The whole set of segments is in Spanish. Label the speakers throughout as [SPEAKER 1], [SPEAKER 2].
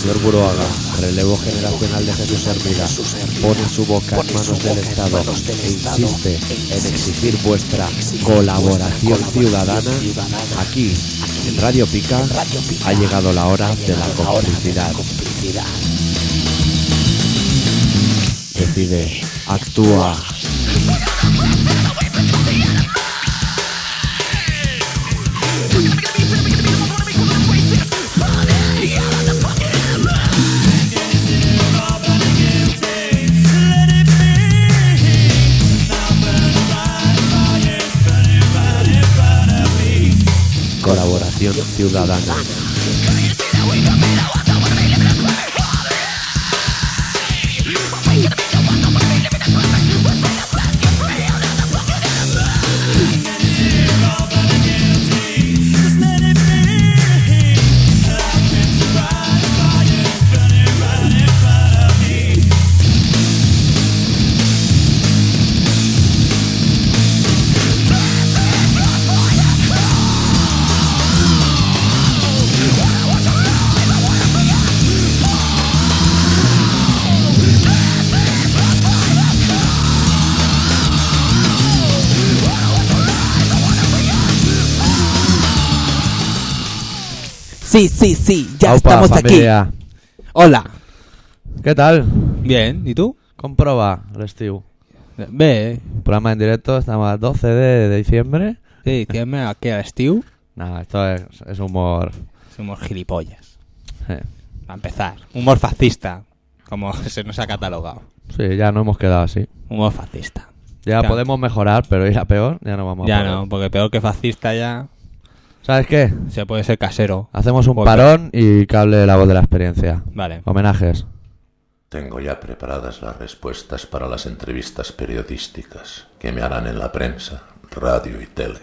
[SPEAKER 1] Señor Buruaga, relevo generacional de Jesús Hermida, pone su boca en manos del Estado e insiste en exigir vuestra colaboración ciudadana. Aquí, en Radio Pica, ha llegado la hora de la complicidad. Decide, actúa. Colaboración ciudadana.
[SPEAKER 2] Sí, sí, sí, ya
[SPEAKER 1] Aupa,
[SPEAKER 2] estamos
[SPEAKER 1] familia.
[SPEAKER 2] aquí. Hola.
[SPEAKER 1] ¿Qué tal?
[SPEAKER 3] Bien, ¿y tú?
[SPEAKER 1] Comproba, el Steve.
[SPEAKER 3] Ve,
[SPEAKER 1] Programa en directo, estamos a 12 de, de diciembre.
[SPEAKER 3] sí, que me aquí a Steve.
[SPEAKER 1] Nada, esto es, es humor.
[SPEAKER 3] Somos gilipollas.
[SPEAKER 1] eh.
[SPEAKER 3] A empezar. Humor fascista, como se nos ha catalogado.
[SPEAKER 1] Sí, ya no hemos quedado así.
[SPEAKER 3] Humor fascista.
[SPEAKER 1] Ya
[SPEAKER 3] Ya.
[SPEAKER 1] podemos mejorar, pero ir a peor, ya no vamos a
[SPEAKER 3] Ya
[SPEAKER 1] poder.
[SPEAKER 3] no, porque peor que fascista ya
[SPEAKER 1] ¿Sabes qué?
[SPEAKER 3] se puede ser casero.
[SPEAKER 1] Hacemos un
[SPEAKER 3] Pues
[SPEAKER 1] parón y cable la voz de la experiencia.
[SPEAKER 3] Vale.
[SPEAKER 1] Homenajes.
[SPEAKER 4] Tengo ya preparadas las respuestas para las entrevistas periodísticas que me harán en la prensa, radio y tele.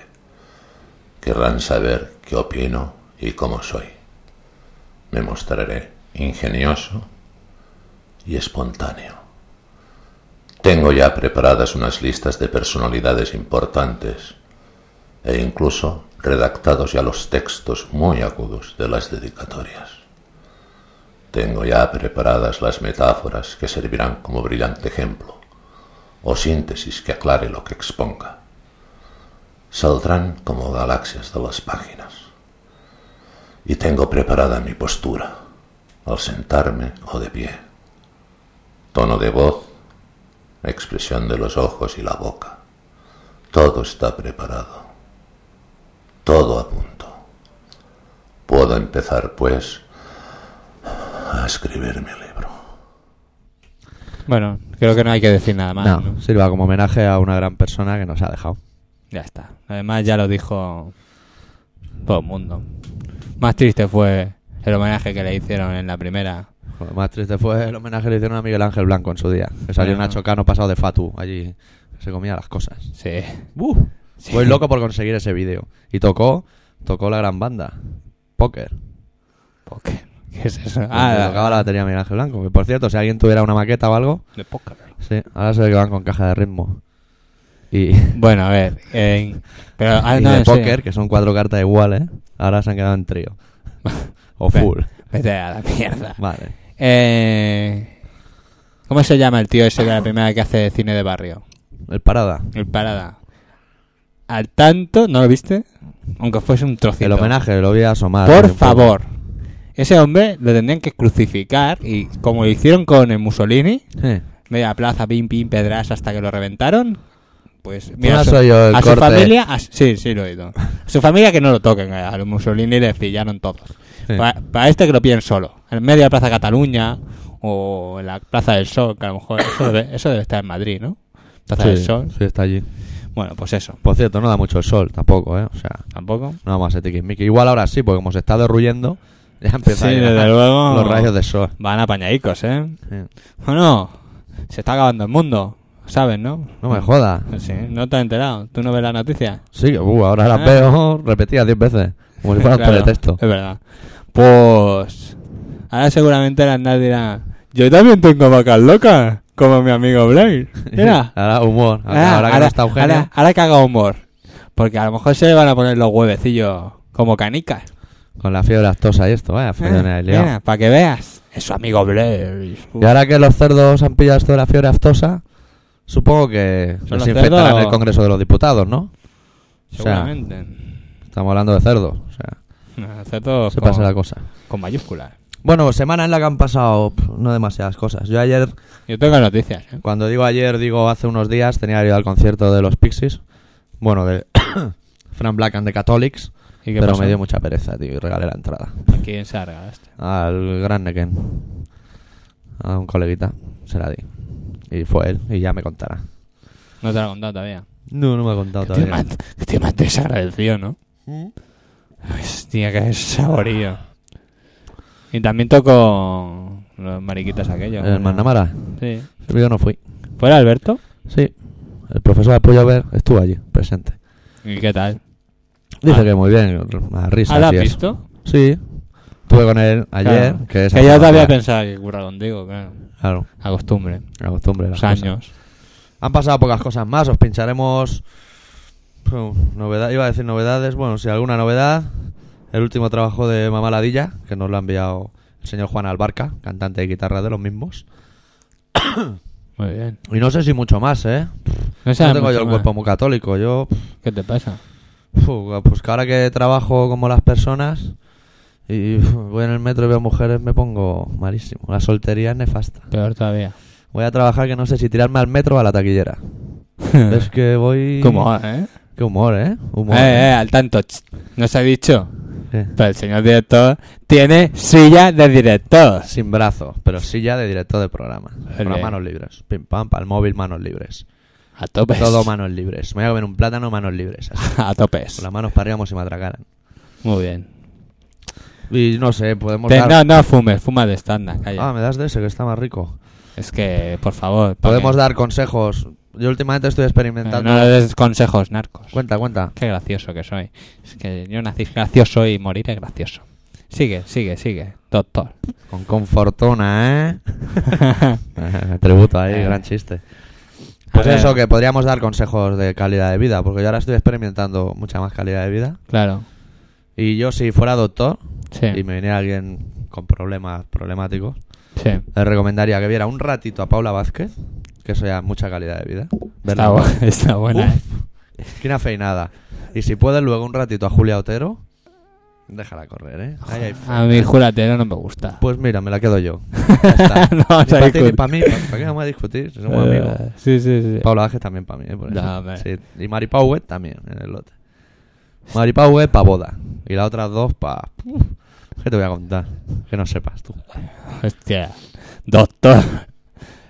[SPEAKER 4] Querrán saber qué opino y cómo soy. Me mostraré ingenioso y espontáneo. Tengo ya preparadas unas listas de personalidades importantes e incluso redactados ya los textos muy agudos de las dedicatorias. Tengo ya preparadas las metáforas que servirán como brillante ejemplo o síntesis que aclare lo que exponga. Saldrán como galaxias de las páginas. Y tengo preparada mi postura, al sentarme o de pie. Tono de voz, expresión de los ojos y la boca. Todo está preparado. Todo a punto. Puedo empezar, pues, a escribir mi libro.
[SPEAKER 3] Bueno, creo que no hay que decir nada más.
[SPEAKER 1] no,
[SPEAKER 3] ¿no?
[SPEAKER 1] sirva como homenaje a una gran persona que nos ha dejado.
[SPEAKER 3] Ya está. Además ya lo dijo todo el mundo. Más triste fue el homenaje que le hicieron en la primera.
[SPEAKER 1] Lo más triste fue el homenaje que le hicieron a Miguel Ángel Blanco en su día. Que salió
[SPEAKER 3] Ah.
[SPEAKER 1] Nacho Cano pasado de Fatu allí. que se comía las cosas.
[SPEAKER 3] Sí.
[SPEAKER 1] Uh,
[SPEAKER 3] Sí.
[SPEAKER 1] Voy loco por conseguir ese vídeo. Y tocó, tocó la gran banda. Póker.
[SPEAKER 3] Póker. ¿Qué es eso? Ah,
[SPEAKER 1] Donde tocaba la batería Miguel Ángel Blanco. Que por cierto, si alguien tuviera una maqueta o algo,
[SPEAKER 3] de póker.
[SPEAKER 1] sí, ahora se ve que van con caja de ritmo. Y,
[SPEAKER 3] Bueno, a ver. eh, pero, ah,
[SPEAKER 1] y
[SPEAKER 3] no,
[SPEAKER 1] de
[SPEAKER 3] en serio.
[SPEAKER 1] póker, que son cuatro cartas iguales, ahora se han quedado en trío. o
[SPEAKER 3] Ve-
[SPEAKER 1] full.
[SPEAKER 3] Vete a la mierda.
[SPEAKER 1] Vale.
[SPEAKER 3] Eh, ¿Cómo se llama el tío ese de la primera que hace cine de barrio?
[SPEAKER 1] El parada.
[SPEAKER 3] El Parada. Al tanto, ¿no lo viste? Aunque fuese un trocito.
[SPEAKER 1] El homenaje lo voy a asomar. hace
[SPEAKER 3] Por
[SPEAKER 1] un poco.
[SPEAKER 3] favor. Ese hombre lo tendrían que crucificar y como lo hicieron con el Mussolini,
[SPEAKER 1] Sí.
[SPEAKER 3] media plaza, pim, pim, pedras hasta que lo reventaron. Pues mira,
[SPEAKER 1] no
[SPEAKER 3] a su,
[SPEAKER 1] soy yo el
[SPEAKER 3] a su
[SPEAKER 1] corte.
[SPEAKER 3] familia, a su- sí, sí lo he oído. A su familia que no lo toquen, eh, a los Mussolini le pillaron todos.
[SPEAKER 1] Sí.
[SPEAKER 3] Para, este que lo pillen solo, en medio de la Plaza Cataluña o en la Plaza del Sol, que a lo mejor eso debe, eso debe estar en Madrid, ¿no? Plaza del
[SPEAKER 1] Sí,
[SPEAKER 3] Sol.
[SPEAKER 1] sí, está allí.
[SPEAKER 3] Bueno, pues eso.
[SPEAKER 1] Por cierto, no da mucho el sol tampoco, ¿eh? O sea,
[SPEAKER 3] Tampoco.
[SPEAKER 1] no vamos a ser tiquismiquis. Igual ahora sí, porque como se está derruyendo, ya empiezan
[SPEAKER 3] Sí,
[SPEAKER 1] a llegar
[SPEAKER 3] desde luego.
[SPEAKER 1] los rayos de sol.
[SPEAKER 3] Van apañadicos, ¿eh?
[SPEAKER 1] Sí.
[SPEAKER 3] Bueno, se está acabando el mundo, ¿sabes, no? Pues
[SPEAKER 1] No me jodas.
[SPEAKER 3] Sí, no te has enterado. ¿Tú no ves las noticias?
[SPEAKER 1] Sí, que, uh, ahora las
[SPEAKER 3] Ah.
[SPEAKER 1] veo repetidas 10 veces. Como si fueran
[SPEAKER 3] Claro,
[SPEAKER 1] teletexto.
[SPEAKER 3] Es verdad. Pues. Ahora seguramente la Andal dirá: Yo también tengo vacas locas, como mi amigo Blair. Mira.
[SPEAKER 1] Ahora humor. Ahora,
[SPEAKER 3] Ah,
[SPEAKER 1] ahora que no está Eugenio.
[SPEAKER 3] ahora- ahora que haga humor. Porque a lo mejor se le van a poner los huevecillos como canicas.
[SPEAKER 1] ¿eh?
[SPEAKER 3] Ah, ¿Eh?
[SPEAKER 1] Con la fiebre actosa y esto, vaya, fiebre en el lío.
[SPEAKER 3] para que veas. Es su amigo Blair. y su-
[SPEAKER 1] Y ahora que los cerdos han pillado esto de la fiebre aftosa, supongo que
[SPEAKER 3] ¿Son
[SPEAKER 1] los
[SPEAKER 3] los
[SPEAKER 1] infectarán en
[SPEAKER 3] cerdos?
[SPEAKER 1] el Congreso de los Diputados, ¿no? sea,
[SPEAKER 3] Seguramente.
[SPEAKER 1] Estamos hablando de cerdos. O sea,
[SPEAKER 3] Excepto
[SPEAKER 1] se
[SPEAKER 3] con,
[SPEAKER 1] pasa la cosa.
[SPEAKER 3] con mayúsculas.
[SPEAKER 1] Bueno, semana en la que han pasado pf, no demasiadas cosas. Yo ayer,
[SPEAKER 3] Yo tengo noticias, ¿eh?
[SPEAKER 1] cuando digo ayer, digo hace unos días, tenía que ir al concierto de los Pixies. Bueno, de Fran Black and the Catholics.
[SPEAKER 3] ¿Y qué
[SPEAKER 1] Pero
[SPEAKER 3] pasó?
[SPEAKER 1] me dio mucha pereza, tío, y regalé la entrada.
[SPEAKER 3] ¿A quién se este? la regalaste?
[SPEAKER 1] Al gran Neken. A un coleguita, se la di. Y fue él, y ya me contará.
[SPEAKER 3] No te lo he contado todavía.
[SPEAKER 1] No, no me ha contado
[SPEAKER 3] Tío
[SPEAKER 1] todavía. ¿Mm?
[SPEAKER 3] más, tío más desagradecido, ¿no? Hostia, qué saborío. Y también tocó los mariquitas aquellos.
[SPEAKER 1] El Magnamara.
[SPEAKER 3] Sí.
[SPEAKER 1] Yo no fui.
[SPEAKER 3] ¿Fuera Alberto?
[SPEAKER 1] Sí, el profesor Apollover estuvo allí, presente.
[SPEAKER 3] ¿Y qué tal?
[SPEAKER 1] Dice
[SPEAKER 3] Ah.
[SPEAKER 1] que muy bien, a risas.
[SPEAKER 3] ¿Ah, la has
[SPEAKER 1] y eso.
[SPEAKER 3] visto?
[SPEAKER 1] Sí, estuve con él ayer.
[SPEAKER 3] Claro.
[SPEAKER 1] Que, es
[SPEAKER 3] Que yo todavía
[SPEAKER 1] Apollover.
[SPEAKER 3] pensaba que curra contigo, claro.
[SPEAKER 1] Claro,
[SPEAKER 3] A costumbre.
[SPEAKER 1] la costumbre. las
[SPEAKER 3] Los
[SPEAKER 1] cosas.
[SPEAKER 3] años.
[SPEAKER 1] Han pasado pocas cosas más, os pincharemos. pf, Novedad, iba a decir novedades, bueno, si alguna novedad. El último trabajo de Mamá Ladilla, que nos lo ha enviado el señor Juan Albarca, cantante de guitarra de los mismos.
[SPEAKER 3] Muy bien.
[SPEAKER 1] Y no sé si mucho más, ¿eh?
[SPEAKER 3] No,
[SPEAKER 1] No
[SPEAKER 3] sabes
[SPEAKER 1] tengo yo
[SPEAKER 3] mucho
[SPEAKER 1] el
[SPEAKER 3] más.
[SPEAKER 1] cuerpo muy católico, yo. pf,
[SPEAKER 3] ¿Qué te pasa?
[SPEAKER 1] Fu, pues que ahora que trabajo como las personas y fu, voy en el metro y veo mujeres me pongo malísimo. La soltería es nefasta.
[SPEAKER 3] Peor todavía.
[SPEAKER 1] Voy a trabajar que no sé si tirarme al metro o a la taquillera. es que voy...
[SPEAKER 3] ¿Cómo, eh?
[SPEAKER 1] Eh. Qué humor, ¿eh? Humor.
[SPEAKER 3] Eh, eh,
[SPEAKER 1] ¿eh?
[SPEAKER 3] al tanto. ch. No se ha dicho.
[SPEAKER 1] ¿Qué?
[SPEAKER 3] Pero el señor director tiene silla de director.
[SPEAKER 1] Sin brazo, pero silla de director de programa. Con las
[SPEAKER 3] Ole.
[SPEAKER 1] manos libres. Pim pam, pal móvil, manos libres.
[SPEAKER 3] A topes.
[SPEAKER 1] Todo manos libres. Me voy a comer un plátano, manos libres. Así.
[SPEAKER 3] A topes.
[SPEAKER 1] Con las manos para arriba como si me atracaran.
[SPEAKER 3] Muy bien.
[SPEAKER 1] Y no sé, podemos
[SPEAKER 3] Te-
[SPEAKER 1] dar...
[SPEAKER 3] no, no fumes, fuma de estándar, calla.
[SPEAKER 1] Ah, me das de ese que está más rico.
[SPEAKER 3] es que, por favor. ¿pa'
[SPEAKER 1] Podemos
[SPEAKER 3] qué?
[SPEAKER 1] dar consejos. Yo últimamente estoy
[SPEAKER 3] Eh,
[SPEAKER 1] experimentando...
[SPEAKER 3] No le des consejos narcos.
[SPEAKER 1] Cuenta, cuenta.
[SPEAKER 3] Qué gracioso que soy. Es que yo nací gracioso y morir es gracioso. Sigue, sigue, sigue, doctor.
[SPEAKER 1] Con confortuna, ¿eh? Tributo ahí,
[SPEAKER 3] Eh.
[SPEAKER 1] gran chiste. Pues
[SPEAKER 3] A ver,
[SPEAKER 1] eso, que podríamos dar consejos de calidad de vida, porque yo ahora estoy experimentando mucha más calidad de vida.
[SPEAKER 3] Claro.
[SPEAKER 1] Y yo si fuera doctor
[SPEAKER 3] Sí,
[SPEAKER 1] y me viniera alguien con problemas problemáticos,
[SPEAKER 3] sí.
[SPEAKER 1] le recomendaría que viera un ratito a Paula Vázquez, que eso ya es mucha calidad de vida.
[SPEAKER 3] Está,
[SPEAKER 1] Verla-
[SPEAKER 3] bu- está buena, eh.
[SPEAKER 1] Uf, Esquina feinada. Y si puedes luego un ratito a Julia Otero, déjala correr, ¿eh? Ahí hay
[SPEAKER 3] ¿eh? A mí Juratero no me gusta.
[SPEAKER 1] Pues mira, me la quedo yo. Ya está.
[SPEAKER 3] No vamos a
[SPEAKER 1] para ti ni
[SPEAKER 3] discutir.
[SPEAKER 1] para mí, ¿para para qué vamos a discutir? Si somos amigos.
[SPEAKER 3] Eh, sí, sí, sí.
[SPEAKER 1] Paula Vázquez Este, también para mí, ¿eh? Por eso.
[SPEAKER 3] No, hombre.
[SPEAKER 1] Sí, Y Mari Pauet también, en el lote. Mari Pauet para boda. Y las otras dos para... ¿Qué te voy a contar? Que no sepas tú.
[SPEAKER 3] Hostia. Doctor.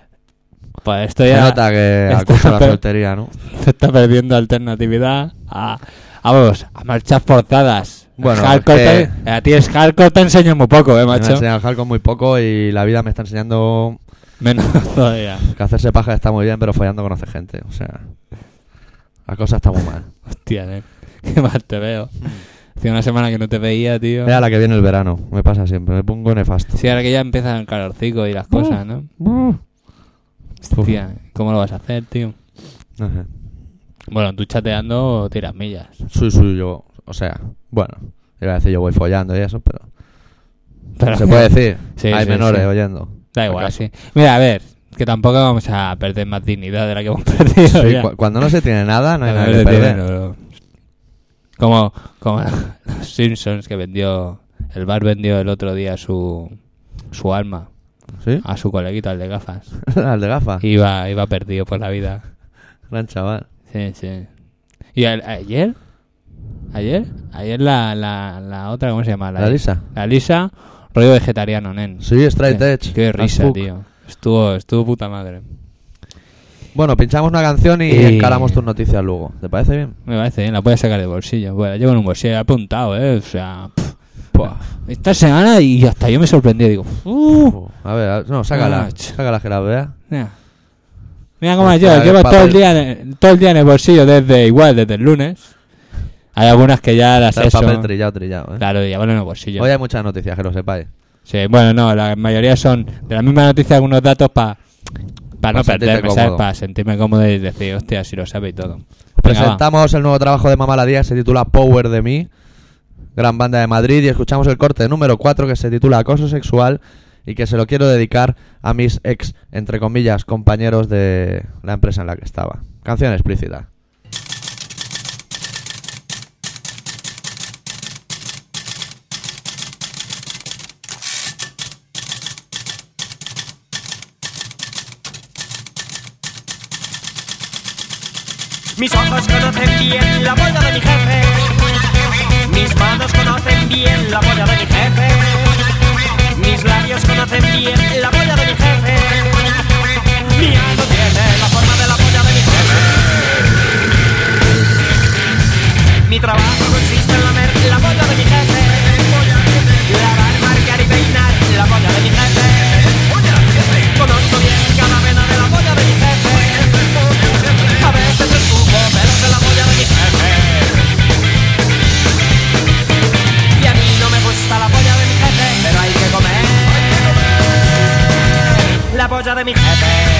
[SPEAKER 3] Pues esto
[SPEAKER 1] Se
[SPEAKER 3] ya
[SPEAKER 1] nota que
[SPEAKER 3] Está-
[SPEAKER 1] acusa la
[SPEAKER 3] pero-
[SPEAKER 1] soltería, ¿no?
[SPEAKER 3] se está perdiendo alternatividad a, a, vamos, a marchas forzadas.
[SPEAKER 1] Bueno,
[SPEAKER 3] Hardcore
[SPEAKER 1] es
[SPEAKER 3] te- a ti es hardcore te enseño muy poco, eh,
[SPEAKER 1] Me
[SPEAKER 3] macho.
[SPEAKER 1] enseñan a dejar con muy poco y la vida me está enseñando
[SPEAKER 3] Menos todavía.
[SPEAKER 1] que hacerse paja está muy bien, pero follando conoce gente. O sea, la cosa está muy mal.
[SPEAKER 3] Hostia, nen. Qué mal te veo.
[SPEAKER 1] Mm.
[SPEAKER 3] Hace una semana que no te veía, tío.
[SPEAKER 1] Era la que viene el verano, me pasa siempre, me pongo nefasto.
[SPEAKER 3] Sí, ahora que ya empiezan el calorcico y las cosas, ¿no?
[SPEAKER 1] Mm.
[SPEAKER 3] Hostia, ¿cómo lo vas a hacer, tío?
[SPEAKER 1] No sé.
[SPEAKER 3] Bueno, tú chateando tiras millas.
[SPEAKER 1] Soy suyo, o sea, bueno, iba a decir yo voy follando y eso, pero...
[SPEAKER 3] Pero
[SPEAKER 1] Se puede decir,
[SPEAKER 3] Sí,
[SPEAKER 1] hay
[SPEAKER 3] sí,
[SPEAKER 1] menores eh,
[SPEAKER 3] sí.
[SPEAKER 1] oyendo.
[SPEAKER 3] Da igual,
[SPEAKER 1] Acaso.
[SPEAKER 3] sí. Mira, a ver, que tampoco vamos a perder más dignidad de la que hemos perdido.
[SPEAKER 1] Sí,
[SPEAKER 3] ya.
[SPEAKER 1] cu- cuando no se tiene nada, no hay
[SPEAKER 3] A
[SPEAKER 1] nada
[SPEAKER 3] ver,
[SPEAKER 1] que
[SPEAKER 3] de
[SPEAKER 1] perder.
[SPEAKER 3] dinero, no. Como, como los Simpsons que vendió, el bar vendió el otro día su, su alma
[SPEAKER 1] ¿Sí?
[SPEAKER 3] a su coleguita, el de gafas.
[SPEAKER 1] Al de gafa.
[SPEAKER 3] Iba, iba perdido por la vida.
[SPEAKER 1] Gran chaval.
[SPEAKER 3] Sí, sí. ¿Y a- ayer? ¿Ayer? Ayer la, la, la otra, ¿cómo se llama?
[SPEAKER 1] La Lisa.
[SPEAKER 3] La Lisa, rollo vegetariano, nen.
[SPEAKER 1] Sí, straight
[SPEAKER 3] Qué-
[SPEAKER 1] edge.
[SPEAKER 3] Qué
[SPEAKER 1] as
[SPEAKER 3] risa,
[SPEAKER 1] fuck.
[SPEAKER 3] tío. Estuvo, estuvo puta madre.
[SPEAKER 1] Bueno, pinchamos una canción y,
[SPEAKER 3] Y-
[SPEAKER 1] encaramos tus noticias luego. ¿Te parece bien?
[SPEAKER 3] Me parece bien, la puedes sacar de bolsillo. Bueno, la llevo en un bolsillo, la he apuntado, ¿eh? O sea, pff. esta semana y hasta yo me sorprendí. Digo, uh,
[SPEAKER 1] A ver, a- no, sácala.
[SPEAKER 3] Ah, ch-
[SPEAKER 1] sácala que la vea.
[SPEAKER 3] mira. Mira cómo
[SPEAKER 1] Pues
[SPEAKER 3] yo,
[SPEAKER 1] para
[SPEAKER 3] llevo
[SPEAKER 1] el
[SPEAKER 3] todo el,
[SPEAKER 1] papel.
[SPEAKER 3] día en, todo el día en el bolsillo desde igual, desde el lunes. Hay algunas que ya las
[SPEAKER 1] Está el
[SPEAKER 3] he
[SPEAKER 1] papel trillado, trillado. ¿eh?
[SPEAKER 3] Claro, llevarlo en el bolsillo.
[SPEAKER 1] Hoy hay muchas noticias, que lo sepáis.
[SPEAKER 3] Sí, bueno, no, la mayoría son de la misma noticia algunos datos para no
[SPEAKER 1] sentirte
[SPEAKER 3] perderme,
[SPEAKER 1] cómodo.
[SPEAKER 3] ¿sabes? Para sentirme cómodo y decir, hostia, si lo sabe y todo. Venga,
[SPEAKER 1] Pues
[SPEAKER 3] va.
[SPEAKER 1] Presentamos el nuevo trabajo de Mamá la Día, se titula Power de mí, gran banda de Madrid, y escuchamos el corte número 4 que se titula Acoso Sexual y que se lo quiero dedicar a mis ex, entre comillas, compañeros de la empresa en la que estaba. Canción explícita.
[SPEAKER 5] Mis ojos conocen bien la boda de mi jefe. Mis manos conocen bien la boda de mi jefe. Mis labios conocen bien la boda de mi jefe. Mi alma tiene la forma de la boda de mi jefe. Mi trabajo consiste en lamer la boda de mi jefe. Lavar, marcar y peinar la boda de mi jefe. Conozco bien cada vena de la boda de mi jefe. A veces escupo pero de la boda de mi jefe. Y a mí no me gusta la polla de mi jefe, pero hay que comer. La polla de mi jefe.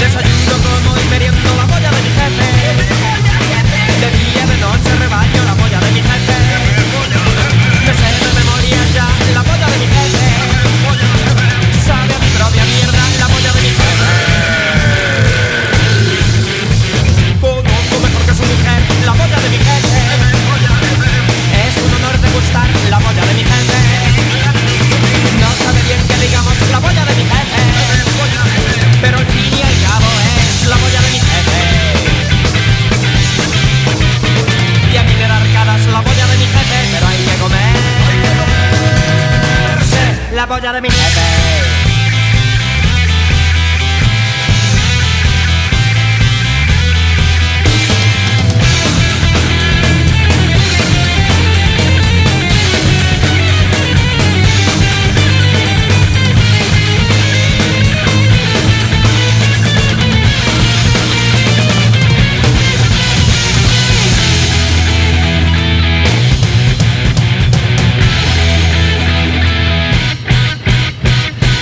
[SPEAKER 5] Desayuno como y meriendo la polla de mi jefe. De día, de noche rebaño la polla de mi jefe. Me sé de memoria ya la polla de mi jefe. Sabe a mi propia mierda la polla de mi jefe. Conozco mejor que su mujer la boya de mi jefe. Es un honor degustar la boya de mi jefe. No sabe bien que digamos la boya de mi jefe. Pero al fin y al cabo es la boya de mi jefe. Y a mí me da arcadas la boya de mi jefe, pero hay que comer. La boya de mi jefe.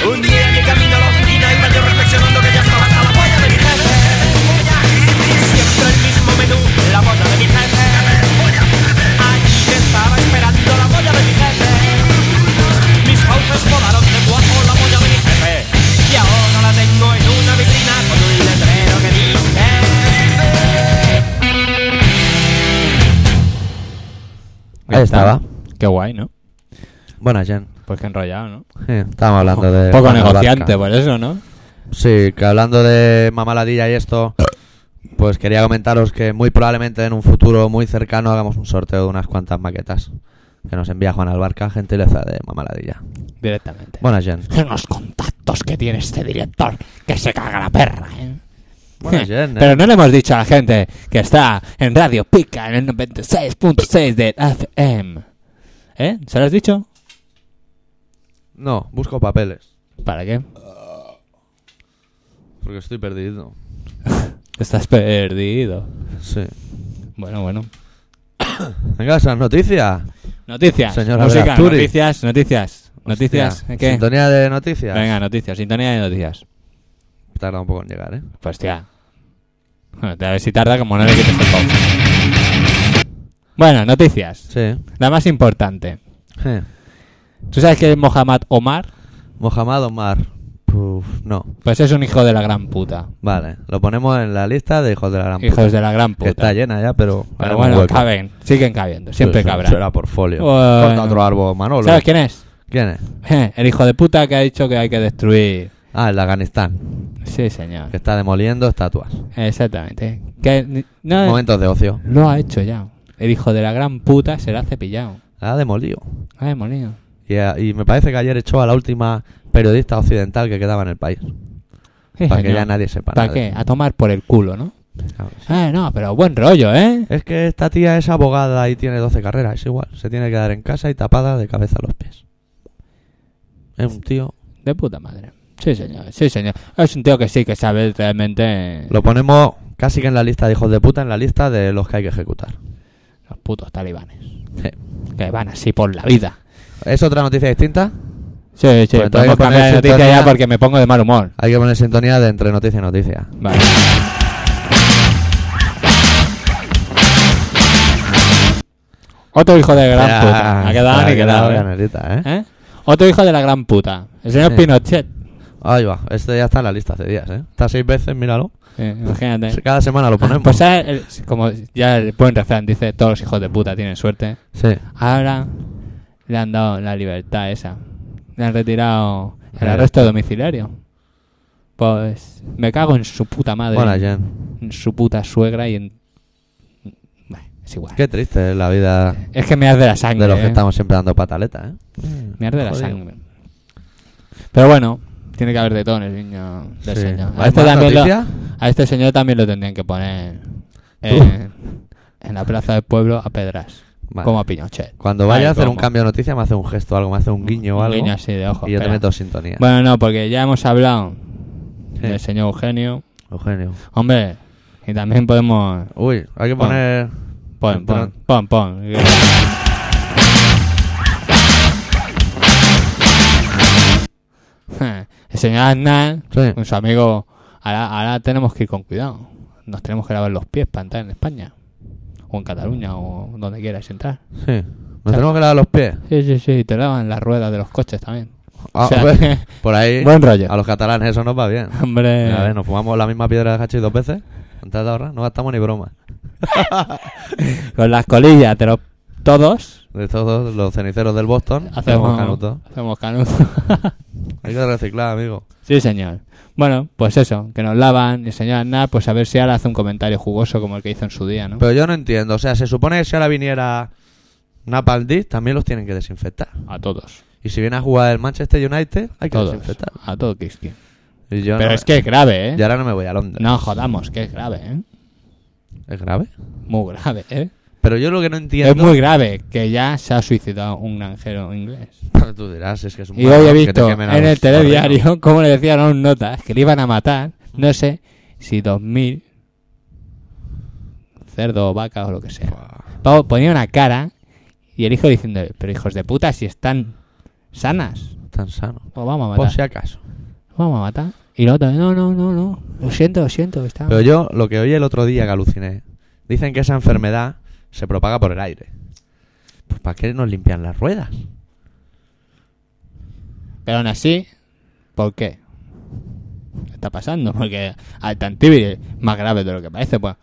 [SPEAKER 5] Un día en mi camino a la oficina iba yo reflexionando que ya estaba hasta la polla de mi jefe. Siempre el mismo menú, la polla de mi jefe. Allí me estaba esperando la polla de mi jefe. Mis fauces volaron de guapo la polla de mi jefe. Y ahora la tengo en una vitrina con un letrero que dice...
[SPEAKER 1] Ahí estaba.
[SPEAKER 3] Qué guay, ¿no?
[SPEAKER 1] Buena, Jen.
[SPEAKER 3] Pues que enrollado, ¿no?
[SPEAKER 1] Sí, estábamos hablando de.
[SPEAKER 3] Un poco
[SPEAKER 1] Juana
[SPEAKER 3] negociante,
[SPEAKER 1] Blanca.
[SPEAKER 3] por eso, ¿no?
[SPEAKER 1] Sí, que hablando de mamaladilla y esto, pues quería comentaros que muy probablemente en un futuro muy cercano hagamos un sorteo de unas cuantas maquetas que nos envía Juan Albarca, gentileza de mamaladilla.
[SPEAKER 3] Directamente.
[SPEAKER 1] Buenas, Jen.
[SPEAKER 3] Son los contactos que tiene este director que se caga la perra, ¿eh?
[SPEAKER 1] Buenas, Jen.
[SPEAKER 3] Pero no le hemos dicho a la gente que está en Radio Pica en el 96.6 de FM. ¿Eh? ¿Se lo has dicho?
[SPEAKER 1] No, busco papeles.
[SPEAKER 3] ¿Para qué?
[SPEAKER 1] Porque estoy perdido.
[SPEAKER 3] Estás perdido.
[SPEAKER 1] Sí.
[SPEAKER 3] Bueno, bueno.
[SPEAKER 1] Venga, esas noticias.
[SPEAKER 3] Noticias.
[SPEAKER 1] Señora
[SPEAKER 3] Música,
[SPEAKER 1] Verasturi.
[SPEAKER 3] noticias, noticias. Noticias. ¿Eh,
[SPEAKER 1] Hostia,
[SPEAKER 3] ¿Qué?
[SPEAKER 1] Sintonía de noticias.
[SPEAKER 3] Venga, noticias. Sintonía de noticias.
[SPEAKER 1] Tarda un poco en llegar, ¿eh?
[SPEAKER 3] Pues tía. Bueno, a ver si tarda como nueve que te tocó. Bueno, noticias.
[SPEAKER 1] Sí.
[SPEAKER 3] La más importante.
[SPEAKER 1] Je.
[SPEAKER 3] ¿Tú sabes que es Mohamed Omar?
[SPEAKER 1] Mohamed Omar. Puf, no.
[SPEAKER 3] Pues es un hijo de la gran puta.
[SPEAKER 1] Vale, lo ponemos en la lista de hijos de la gran puta.
[SPEAKER 3] Hijos de la gran
[SPEAKER 1] Que
[SPEAKER 3] puta.
[SPEAKER 1] está llena ya, pero.
[SPEAKER 3] Pero
[SPEAKER 1] haremos
[SPEAKER 3] bueno,
[SPEAKER 1] hueco. Pues,
[SPEAKER 3] caben. Siguen cabiendo. Siempre
[SPEAKER 1] Eso-
[SPEAKER 3] cabrán.
[SPEAKER 1] Eso era portfolio.
[SPEAKER 3] Bueno.
[SPEAKER 1] Corta otro árbol, Manolo.
[SPEAKER 3] ¿Sabes quién es?
[SPEAKER 1] ¿Quién es?
[SPEAKER 3] El hijo de puta que ha dicho que hay que destruir.
[SPEAKER 1] Ah, el de Afganistán.
[SPEAKER 3] Sí, señor.
[SPEAKER 1] Que está demoliendo estatuas.
[SPEAKER 3] Exactamente. Que ni- no,
[SPEAKER 1] Momentos de ocio.
[SPEAKER 3] Lo ha hecho ya. El hijo de la gran puta será cepillado.
[SPEAKER 1] Ha Ah, demolido.
[SPEAKER 3] Ay, molido.
[SPEAKER 1] Y, a- y me parece que ayer echó a la última periodista occidental que quedaba en el país.
[SPEAKER 3] Sí,
[SPEAKER 1] para que
[SPEAKER 3] señor.
[SPEAKER 1] ya nadie sepa
[SPEAKER 3] ¿Para
[SPEAKER 1] nada de
[SPEAKER 3] qué?
[SPEAKER 1] eso.
[SPEAKER 3] A tomar por el culo, ¿no?
[SPEAKER 1] Claro.
[SPEAKER 3] Ah, no, pero buen rollo, ¿eh?
[SPEAKER 1] Es que esta tía es abogada y tiene 12 carreras. Es igual. Se tiene que quedar en casa y tapada de cabeza a los pies. Es un tío.
[SPEAKER 3] De puta madre. Sí, señor, sí, señor. Es un tío que sí que sabe realmente
[SPEAKER 1] Lo ponemos casi que en la lista de hijos de puta, en la lista de los que hay que ejecutar.
[SPEAKER 3] los putos talibanes.
[SPEAKER 1] Sí.
[SPEAKER 3] Que van así por la vida.
[SPEAKER 1] ¿Es otra noticia distinta?
[SPEAKER 3] Sí, sí,
[SPEAKER 1] Pues entonces
[SPEAKER 3] podemos
[SPEAKER 1] hay que poner
[SPEAKER 3] cambiar de noticia
[SPEAKER 1] sintonía.
[SPEAKER 3] ya porque me pongo de mal humor.
[SPEAKER 1] Hay que poner sintonía de entre noticia y noticia.
[SPEAKER 3] Vale. Otro hijo de gran puta. Ha quedado ni
[SPEAKER 1] ha quedado
[SPEAKER 3] quedado, ¿eh?
[SPEAKER 1] ganerita, ¿eh?
[SPEAKER 3] ¿Eh? Otro hijo de la gran puta. El señor
[SPEAKER 1] Sí.
[SPEAKER 3] Pinochet.
[SPEAKER 1] Ahí va, este ya está en la lista hace días, ¿eh? Está seis veces, míralo.
[SPEAKER 3] Sí, imagínate.
[SPEAKER 1] Cada semana lo ponemos.
[SPEAKER 3] Pues ¿sabes? El- como ya el buen refrán dice, todos los hijos de puta tienen suerte.
[SPEAKER 1] Sí.
[SPEAKER 3] Ahora le han dado la libertad esa. Le han retirado el
[SPEAKER 1] Eh.
[SPEAKER 3] arresto domiciliario. Pues me cago en su puta madre.
[SPEAKER 1] Bueno, Jen.
[SPEAKER 3] en su puta suegra y en... Bueno, es igual.
[SPEAKER 1] Qué triste es la vida
[SPEAKER 3] Es que me arde la sangre.
[SPEAKER 1] de los
[SPEAKER 3] eh.
[SPEAKER 1] que estamos siempre dando pataleta, ¿eh?
[SPEAKER 3] Me arde la
[SPEAKER 1] Jodido.
[SPEAKER 3] sangre. Pero bueno, tiene que haber de todo en el niño del
[SPEAKER 1] Sí.
[SPEAKER 3] señor. A
[SPEAKER 1] ¿Hay
[SPEAKER 3] este,
[SPEAKER 1] más
[SPEAKER 3] también lo-
[SPEAKER 1] noticias?
[SPEAKER 3] a este señor también lo tendrían que poner eh, en la plaza del pueblo a pedras.
[SPEAKER 1] Vale.
[SPEAKER 3] Como a Pinochet.
[SPEAKER 1] Cuando vaya
[SPEAKER 3] Ay,
[SPEAKER 1] a hacer
[SPEAKER 3] como.
[SPEAKER 1] un cambio de noticia me hace un gesto, algo, me hace un guiño o
[SPEAKER 3] Un
[SPEAKER 1] algo.
[SPEAKER 3] guiño así de ojo,
[SPEAKER 1] Y yo te
[SPEAKER 3] espera.
[SPEAKER 1] meto sintonía.
[SPEAKER 3] Bueno, no, porque ya hemos hablado
[SPEAKER 1] Sí.
[SPEAKER 3] del señor Eugenio.
[SPEAKER 1] Eugenio.
[SPEAKER 3] Hombre, y también podemos...
[SPEAKER 1] Uy, hay que
[SPEAKER 3] Pon.
[SPEAKER 1] poner...
[SPEAKER 3] Pon, pon, pon, pon. El señor Aznar,
[SPEAKER 1] Sí.
[SPEAKER 3] con su amigo, ahora, ahora tenemos que ir con cuidado. Nos tenemos que lavar los pies para entrar en España. O en Cataluña, o donde quieras entrar.
[SPEAKER 1] Sí. Nos tenemos que lavar los pies.
[SPEAKER 3] Sí, sí, sí, te lavan las ruedas de los coches también.
[SPEAKER 1] Ah,
[SPEAKER 3] O sea,
[SPEAKER 1] pues, por ahí,
[SPEAKER 3] Buen Eh. rollo.
[SPEAKER 1] a los catalanes eso nos va bien.
[SPEAKER 3] Hombre,
[SPEAKER 1] Mira, a ver, nos fumamos la misma piedra de hachís dos veces. Antes de ahora no gastamos ni broma.
[SPEAKER 3] con las colillas, pero todos
[SPEAKER 1] De estos dos, los ceniceros del Boston,
[SPEAKER 3] hacemos
[SPEAKER 1] canuto.
[SPEAKER 3] Hacemos canuto.
[SPEAKER 1] Hay que reciclar, amigo.
[SPEAKER 3] Sí, señor. Bueno, pues eso, que nos lavan y el señor Aznar, pues a ver si ahora hace un comentario jugoso como el que hizo en su día, ¿no?
[SPEAKER 1] Pero yo no entiendo. O sea, se supone que si ahora viniera Napalm Deep, también los tienen que desinfectar.
[SPEAKER 3] A todos.
[SPEAKER 1] Y si viene a jugar el Manchester United, hay que
[SPEAKER 3] todos.
[SPEAKER 1] desinfectar.
[SPEAKER 3] A todo Kiski.
[SPEAKER 1] Y yo
[SPEAKER 3] Pero
[SPEAKER 1] no-
[SPEAKER 3] es que es grave, ¿eh?
[SPEAKER 1] Y ahora no me voy a Londres.
[SPEAKER 3] No jodamos, que es grave, ¿eh?
[SPEAKER 1] ¿Es grave?
[SPEAKER 3] Muy grave, ¿eh?
[SPEAKER 1] Pero yo lo que no
[SPEAKER 3] Es
[SPEAKER 1] entiendo...
[SPEAKER 3] muy grave que ya se ha suicidado un granjero inglés.
[SPEAKER 1] Tú dirás, es que es un
[SPEAKER 3] Y hoy he
[SPEAKER 1] marrón que te
[SPEAKER 3] visto
[SPEAKER 1] quemen a
[SPEAKER 3] en
[SPEAKER 1] los
[SPEAKER 3] el telediario como le decían a un nota que le iban a matar, no sé si 2000 cerdo o vaca o lo que sea.
[SPEAKER 1] Buah.
[SPEAKER 3] Pavo ponía una cara y el hijo diciendo, pero hijos de puta, si están sanas,
[SPEAKER 1] Tan sano.
[SPEAKER 3] o vamos a matar.
[SPEAKER 1] Por si acaso.
[SPEAKER 3] Vamos a matar. Y el otro, no, no, no, no, lo siento, lo siento, está.
[SPEAKER 1] Pero yo lo que oí el otro día que aluciné, dicen que esa enfermedad se propaga por el aire. Pues ¿para qué nos limpian las ruedas?
[SPEAKER 3] Pero aún así, ¿por qué? ¿Qué está pasando? Porque al Tantibi es más grave de lo que parece, pues.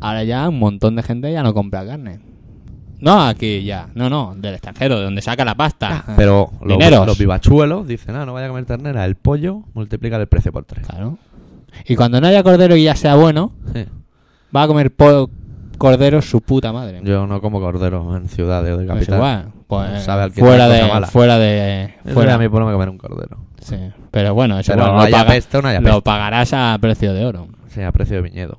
[SPEAKER 3] Ahora ya un montón de gente ya no compra carne. No aquí ya, no, no, del extranjero, de donde saca la pasta.
[SPEAKER 1] Ah, Pero los,
[SPEAKER 3] Dineros.
[SPEAKER 1] los vivachuelos dicen, ah, no vaya a comer ternera, el pollo multiplica el precio por tres.
[SPEAKER 3] Claro. Y cuando no haya cordero y ya sea bueno,
[SPEAKER 1] Sí.
[SPEAKER 3] va a comer po- cordero su puta madre.
[SPEAKER 1] Yo no como cordero en ciudades de
[SPEAKER 3] Pues
[SPEAKER 1] capital.
[SPEAKER 3] igual, pues,
[SPEAKER 1] Sabe al que
[SPEAKER 3] fuera,
[SPEAKER 1] tiene
[SPEAKER 3] de,
[SPEAKER 1] cosa mala.
[SPEAKER 3] fuera de,
[SPEAKER 1] Eso
[SPEAKER 3] fuera
[SPEAKER 1] era mi problema comer un cordero.
[SPEAKER 3] Sí, pero bueno, eso
[SPEAKER 1] Pero
[SPEAKER 3] bueno,
[SPEAKER 1] no
[SPEAKER 3] lo,
[SPEAKER 1] haya
[SPEAKER 3] paga-
[SPEAKER 1] peste o no haya
[SPEAKER 3] lo
[SPEAKER 1] peste.
[SPEAKER 3] pagarás a precio de oro.
[SPEAKER 1] Sí, a precio de viñedo.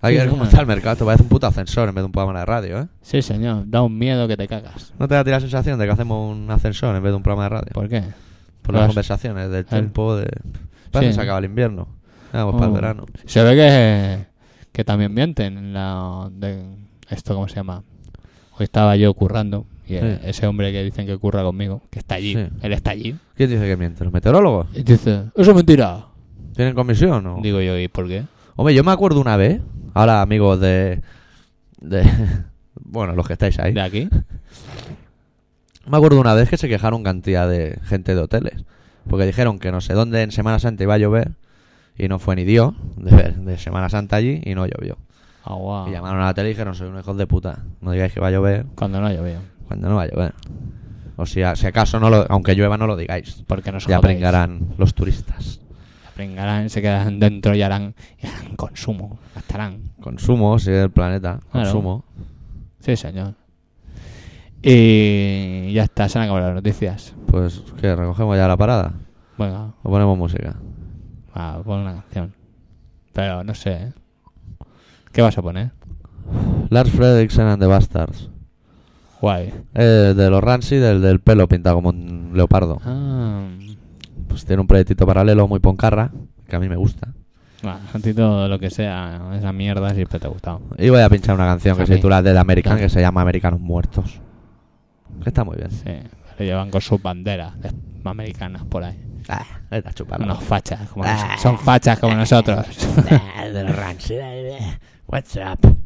[SPEAKER 1] Hay
[SPEAKER 3] Sí,
[SPEAKER 1] que ver cómo
[SPEAKER 3] señor.
[SPEAKER 1] está el mercado. Esto parece un puto ascensor en vez de un programa de radio, ¿eh?
[SPEAKER 3] Sí, señor, da un miedo que te cagas.
[SPEAKER 1] ¿No te da a ti la sensación de que hacemos un ascensor en vez de un programa de radio?
[SPEAKER 3] ¿Por qué?
[SPEAKER 1] Por las
[SPEAKER 3] Las-
[SPEAKER 1] conversaciones del
[SPEAKER 3] el-
[SPEAKER 1] tiempo, de... Parece que
[SPEAKER 3] pues, eh, Sí.
[SPEAKER 1] se acaba el invierno. Vamos para el
[SPEAKER 3] Oh.
[SPEAKER 1] verano.
[SPEAKER 3] Se ve que, que también mienten en la de esto cómo se llama. Hoy estaba yo currando y el-
[SPEAKER 1] Sí.
[SPEAKER 3] ese hombre que dicen que curra conmigo, que está allí,
[SPEAKER 1] Sí.
[SPEAKER 3] él está allí.
[SPEAKER 1] ¿Quién dice que miente? ¿Los meteorólogos?
[SPEAKER 3] Y dice, eso es mentira.
[SPEAKER 1] ¿Tienen comisión o...?
[SPEAKER 3] Digo yo, ¿y por qué?
[SPEAKER 1] Hombre, yo me acuerdo una vez, ahora amigos de... de bueno, los que estáis ahí.
[SPEAKER 3] ¿De aquí?
[SPEAKER 1] Me acuerdo una vez que se quejaron cantidad de gente de hoteles. Porque dijeron que no sé dónde en Semana Santa iba a llover. Y no fue ni Dios de, ver- de Semana Santa allí y no llovió.
[SPEAKER 3] Ah, guau.
[SPEAKER 1] Y llamaron a la tele y dijeron, soy unos hijos de puta. No digáis que va a llover
[SPEAKER 3] Cuando no llovía.
[SPEAKER 1] cuando no va a llover. O sea, si acaso, no lo, aunque llueva, no lo digáis.
[SPEAKER 3] Porque nos
[SPEAKER 1] Ya
[SPEAKER 3] jodéis.
[SPEAKER 1] pringarán los turistas.
[SPEAKER 3] Ya pringarán, se quedan dentro y harán, y harán consumo, gastarán.
[SPEAKER 1] Consumo, si es el planeta.
[SPEAKER 3] Claro.
[SPEAKER 1] Consumo.
[SPEAKER 3] Sí, señor. Y ya está, se han acabado las noticias.
[SPEAKER 1] Pues, ¿qué? ¿Recogemos ya la parada?
[SPEAKER 3] Venga,
[SPEAKER 1] ¿O ponemos música?
[SPEAKER 3] va, pon una canción. Pero no sé, ¿eh? ¿Qué vas a poner?
[SPEAKER 1] Lars Fredricksen and the Bastards.
[SPEAKER 3] Guay.
[SPEAKER 1] Eh, de los Rancid, del, del pelo pintado como un leopardo.
[SPEAKER 3] Ah,
[SPEAKER 1] Pues tiene un proyectito paralelo muy poncarra, que a mí me gusta.
[SPEAKER 3] bueno, a ti todo lo que sea, esa mierda siempre te ha gustado.
[SPEAKER 1] Y voy a pinchar una canción
[SPEAKER 3] A
[SPEAKER 1] que
[SPEAKER 3] mí.
[SPEAKER 1] se titula Dead American,
[SPEAKER 3] Claro.
[SPEAKER 1] que se llama Americanos Muertos. Que está muy bien.
[SPEAKER 3] Sí, le llevan con sus banderas de- americanas por ahí.
[SPEAKER 1] Ah, está chupando.
[SPEAKER 3] Unos fachas, como
[SPEAKER 1] Ah.
[SPEAKER 3] nos- son fachas como nosotros.
[SPEAKER 6] What's up?